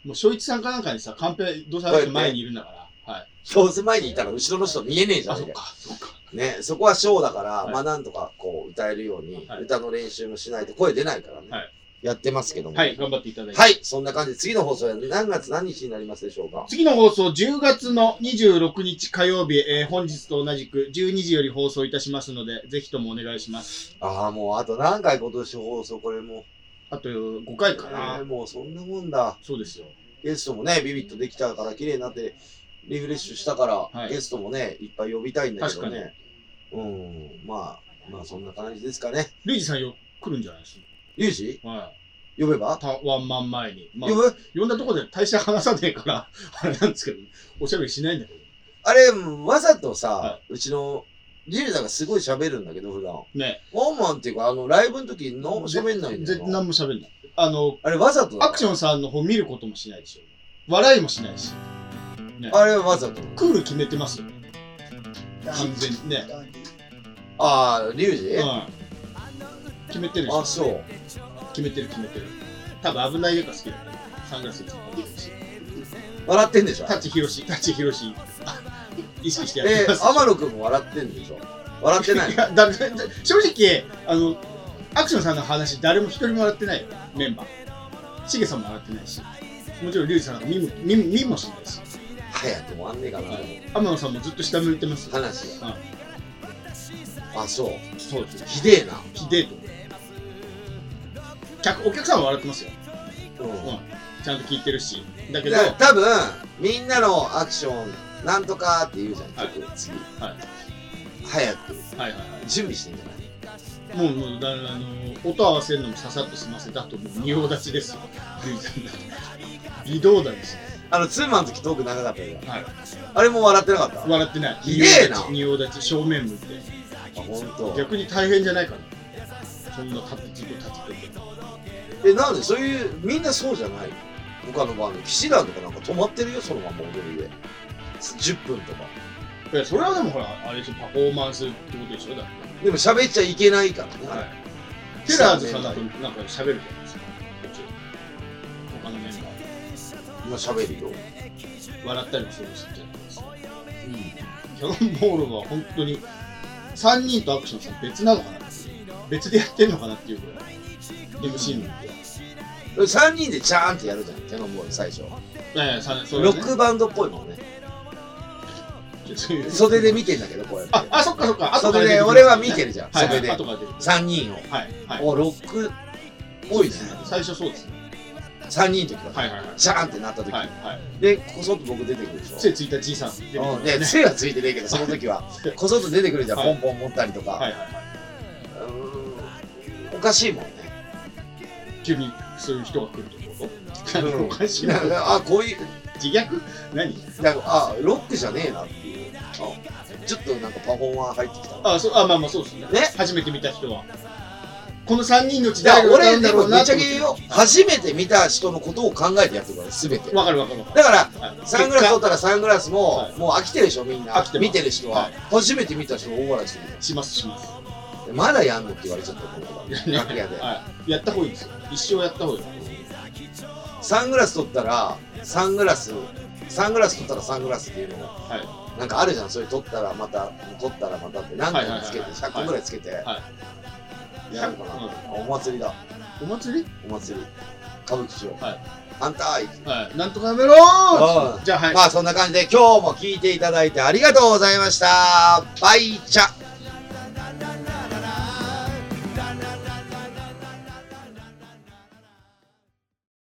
Speaker 2: もう翔一さんかなんかにさ、カンペ、どうせあの人前にいるんだから。はい。
Speaker 1: どうせ前にいたら後ろの人見えねえじゃ
Speaker 2: あ、
Speaker 1: ん
Speaker 2: そっ。か、そっか。
Speaker 1: ね、そこはショーだから、
Speaker 2: はい
Speaker 1: まあなんとかこう歌えるように、
Speaker 2: はい
Speaker 1: 歌の練習もしないと声出ないからね、
Speaker 2: はい
Speaker 1: やってますけども。
Speaker 2: はい、頑張っていただいて。
Speaker 1: はいそんな感じで次の放送は何月何日になりますでしょうか
Speaker 2: 次の放送、10月の26日火曜日、えー本日と同じく12時より放送いたしますので、ぜひともお願いします。
Speaker 1: ああ、もうあと何回今年放送これも
Speaker 2: あと5回
Speaker 1: う、
Speaker 2: か
Speaker 1: え
Speaker 2: な
Speaker 1: ー。もうそんなもんだ。
Speaker 2: そうですよ。
Speaker 1: ゲストもね、ビビッとできたから綺麗になってリフレッシュしたから、
Speaker 2: はい
Speaker 1: ゲストもね、いっぱい呼びたいんだけど
Speaker 2: 確
Speaker 1: ね。うん、まあ、まあそんな感じですかね。
Speaker 2: レイジさんよ、来るんじゃないです
Speaker 1: リュウジ
Speaker 2: か。はい。
Speaker 1: 呼べば、
Speaker 2: たワンマン前に。まあ
Speaker 1: 呼、ぶ
Speaker 2: 呼んだところで大して話さねえから、あれなんですけど、おしゃべりしないんだけど。
Speaker 1: あれ、わざとさ、
Speaker 2: は
Speaker 1: うちの、ジルダがすごい喋るんだけど、普段。
Speaker 2: ね。
Speaker 1: ワンマンっていうか、あの、ライブの時、の喋んないんだ
Speaker 2: 絶
Speaker 1: よ
Speaker 2: 対
Speaker 1: な。
Speaker 2: 何も喋んない。あの、
Speaker 1: あれ、わざとだ
Speaker 2: アクションさんの方見ることもしないでしょ。笑いもしないし。
Speaker 1: あれ、わざと。
Speaker 2: クール決めてますよね。
Speaker 3: ダ
Speaker 2: 完全にね。
Speaker 3: ダンディ
Speaker 1: ああ、リュウジ
Speaker 2: うん。決めてるでしょ
Speaker 1: あ、。そう。
Speaker 2: 決めてる決めてる。多分危ない映画好きだから。サングラスつけてるし。
Speaker 1: 笑ってんでしょ
Speaker 2: タッチヒロシ、タッチヒロシ。意識してやって
Speaker 1: え
Speaker 2: ます。
Speaker 1: 天野くんも笑ってんでしょ笑ってない
Speaker 2: いやだだ正直あのアクションさんの話誰も一人も笑ってないよメンバーしげさんも笑ってないしもちろんリュウジさんなんか見も見見もしないし
Speaker 1: 早くもあんねえかな、
Speaker 2: 天野さんもずっと下向いてますよ
Speaker 1: 話が。あ、そう。
Speaker 2: うんそうですね
Speaker 1: ひでえな。
Speaker 2: ひでえと客お客さんは笑ってますよ、
Speaker 1: うん。
Speaker 2: うん、ちゃんと聞いてるしだけど
Speaker 1: だから多分、みんなのアクション、なんとかって言うじゃん、
Speaker 2: はい
Speaker 1: 曲、次。
Speaker 2: はい
Speaker 1: 早く、
Speaker 2: はいはいは
Speaker 1: 準備してんじゃない
Speaker 2: いもうもうだあの音合わせるのもささっと済ませたともう仁王立ちですよリュウジさんだって微動だです
Speaker 1: あの、ツーマンの時トーク長かったじゃん。
Speaker 2: はい
Speaker 1: あれも笑ってなかったあ、
Speaker 2: 笑ってない
Speaker 1: ひでえな
Speaker 2: 仁王立ち正面向いて
Speaker 1: ほんと。
Speaker 2: 逆に大変じゃないかなそんな立て軸立てて
Speaker 1: え、なんで、そういう、みんなそうじゃない他のバンド。騎士団とかなんか止まってるよ、そのまま踊りで。10分とか。
Speaker 2: いやそれはでもほらあれでしょパフォーマンスってことでしょだって
Speaker 1: でも喋っちゃいけないからね。
Speaker 2: いテラーズさんだとなんか喋るじゃないですかこっち他のメンバ
Speaker 1: 今喋るよ。
Speaker 2: ー笑ったりもするしじゃないですかキャノンボールは本当に3人とアクションさん別なのかなっていう別でやってんのかなっていうぐらい MC の
Speaker 1: うん。3人でチャーンってやるじゃん、キャノンボール最初。
Speaker 2: いやいやさそれ
Speaker 1: ロ
Speaker 2: は
Speaker 1: ッ
Speaker 2: ね
Speaker 1: クバンドっぽいもんね。
Speaker 2: そういう
Speaker 1: 袖で見てんだけど、こうやって。
Speaker 2: ああそっかそっか後
Speaker 1: 袖
Speaker 2: から出て
Speaker 1: で、
Speaker 2: くる
Speaker 1: 俺は見てるじゃん、
Speaker 2: はい、
Speaker 1: 袖で
Speaker 2: はい、。後から出てくる
Speaker 1: 3人を。
Speaker 2: はいはい
Speaker 1: お、ロックっぽいね。
Speaker 2: 最初そうですね
Speaker 1: 3人の時だ。
Speaker 2: はいはいはい
Speaker 1: チャーンってなった時。
Speaker 2: はいはい
Speaker 1: で、こそっと僕出てくるでしょ。
Speaker 2: 杖ついたじいさん。
Speaker 1: うん、で、杖はついてねえけど、その時 は。こそっと出てくるじゃん、
Speaker 2: はい
Speaker 1: ポンポン持ったりとか。
Speaker 2: はいはいは
Speaker 1: うーんおかしいもんね。
Speaker 2: い。急にそういう人が来るってこ
Speaker 1: うん
Speaker 2: とおかしいな
Speaker 1: な。んかあ、こういう、
Speaker 2: 自虐何
Speaker 1: なんか、あ、ロックじゃねえなっていう。あちょっとなんかパフォーマー入ってきたな。
Speaker 2: あ、そう、あ、まあまあそうですね。
Speaker 1: ね
Speaker 2: 初めて見た人は。この3人のうち
Speaker 1: だか
Speaker 2: 誰
Speaker 1: ら
Speaker 2: が歌う
Speaker 1: 俺、
Speaker 2: んだ
Speaker 1: で
Speaker 2: ろ
Speaker 1: も
Speaker 2: うな
Speaker 1: ぶっ
Speaker 2: って
Speaker 1: ちゃ
Speaker 2: 思っ
Speaker 1: け
Speaker 2: て
Speaker 1: 言うよ。初めて見た人のことを考えてやってるから、すべて。
Speaker 2: わかるわかるわか
Speaker 1: だから、
Speaker 2: る。はい
Speaker 1: サングラス取ったらサングラスも、
Speaker 2: はい
Speaker 1: もう飽きてるでしょ、みんな。
Speaker 2: 飽きてます
Speaker 1: 見てる人は、
Speaker 2: はい
Speaker 1: 初めて見た人が大笑いしてる
Speaker 2: しますします。
Speaker 1: よ。まだやんのって言われちゃった、この子が楽屋で。
Speaker 2: はい。やった方がいいですよ。一生やった方がいい。
Speaker 1: サングラス取ったら、サングラス、サングラス取ったらサングラスっていうのも、
Speaker 2: は
Speaker 1: なんかあるじゃん、それ取ったらまた、取ったらまたって、何個もつけて、
Speaker 2: はいはいは
Speaker 1: 100
Speaker 2: い
Speaker 1: 個ぐらいつけて、
Speaker 2: は
Speaker 1: やるのかな、あお祭りだ、
Speaker 2: い。お祭り
Speaker 1: お祭り。歌舞伎町。
Speaker 2: はい
Speaker 1: 反対
Speaker 2: はい。なんとかやめろー
Speaker 1: うん
Speaker 2: じゃあはい。
Speaker 1: まあそんな感じで今日も聞いていただいてありがとうございました。バイチャ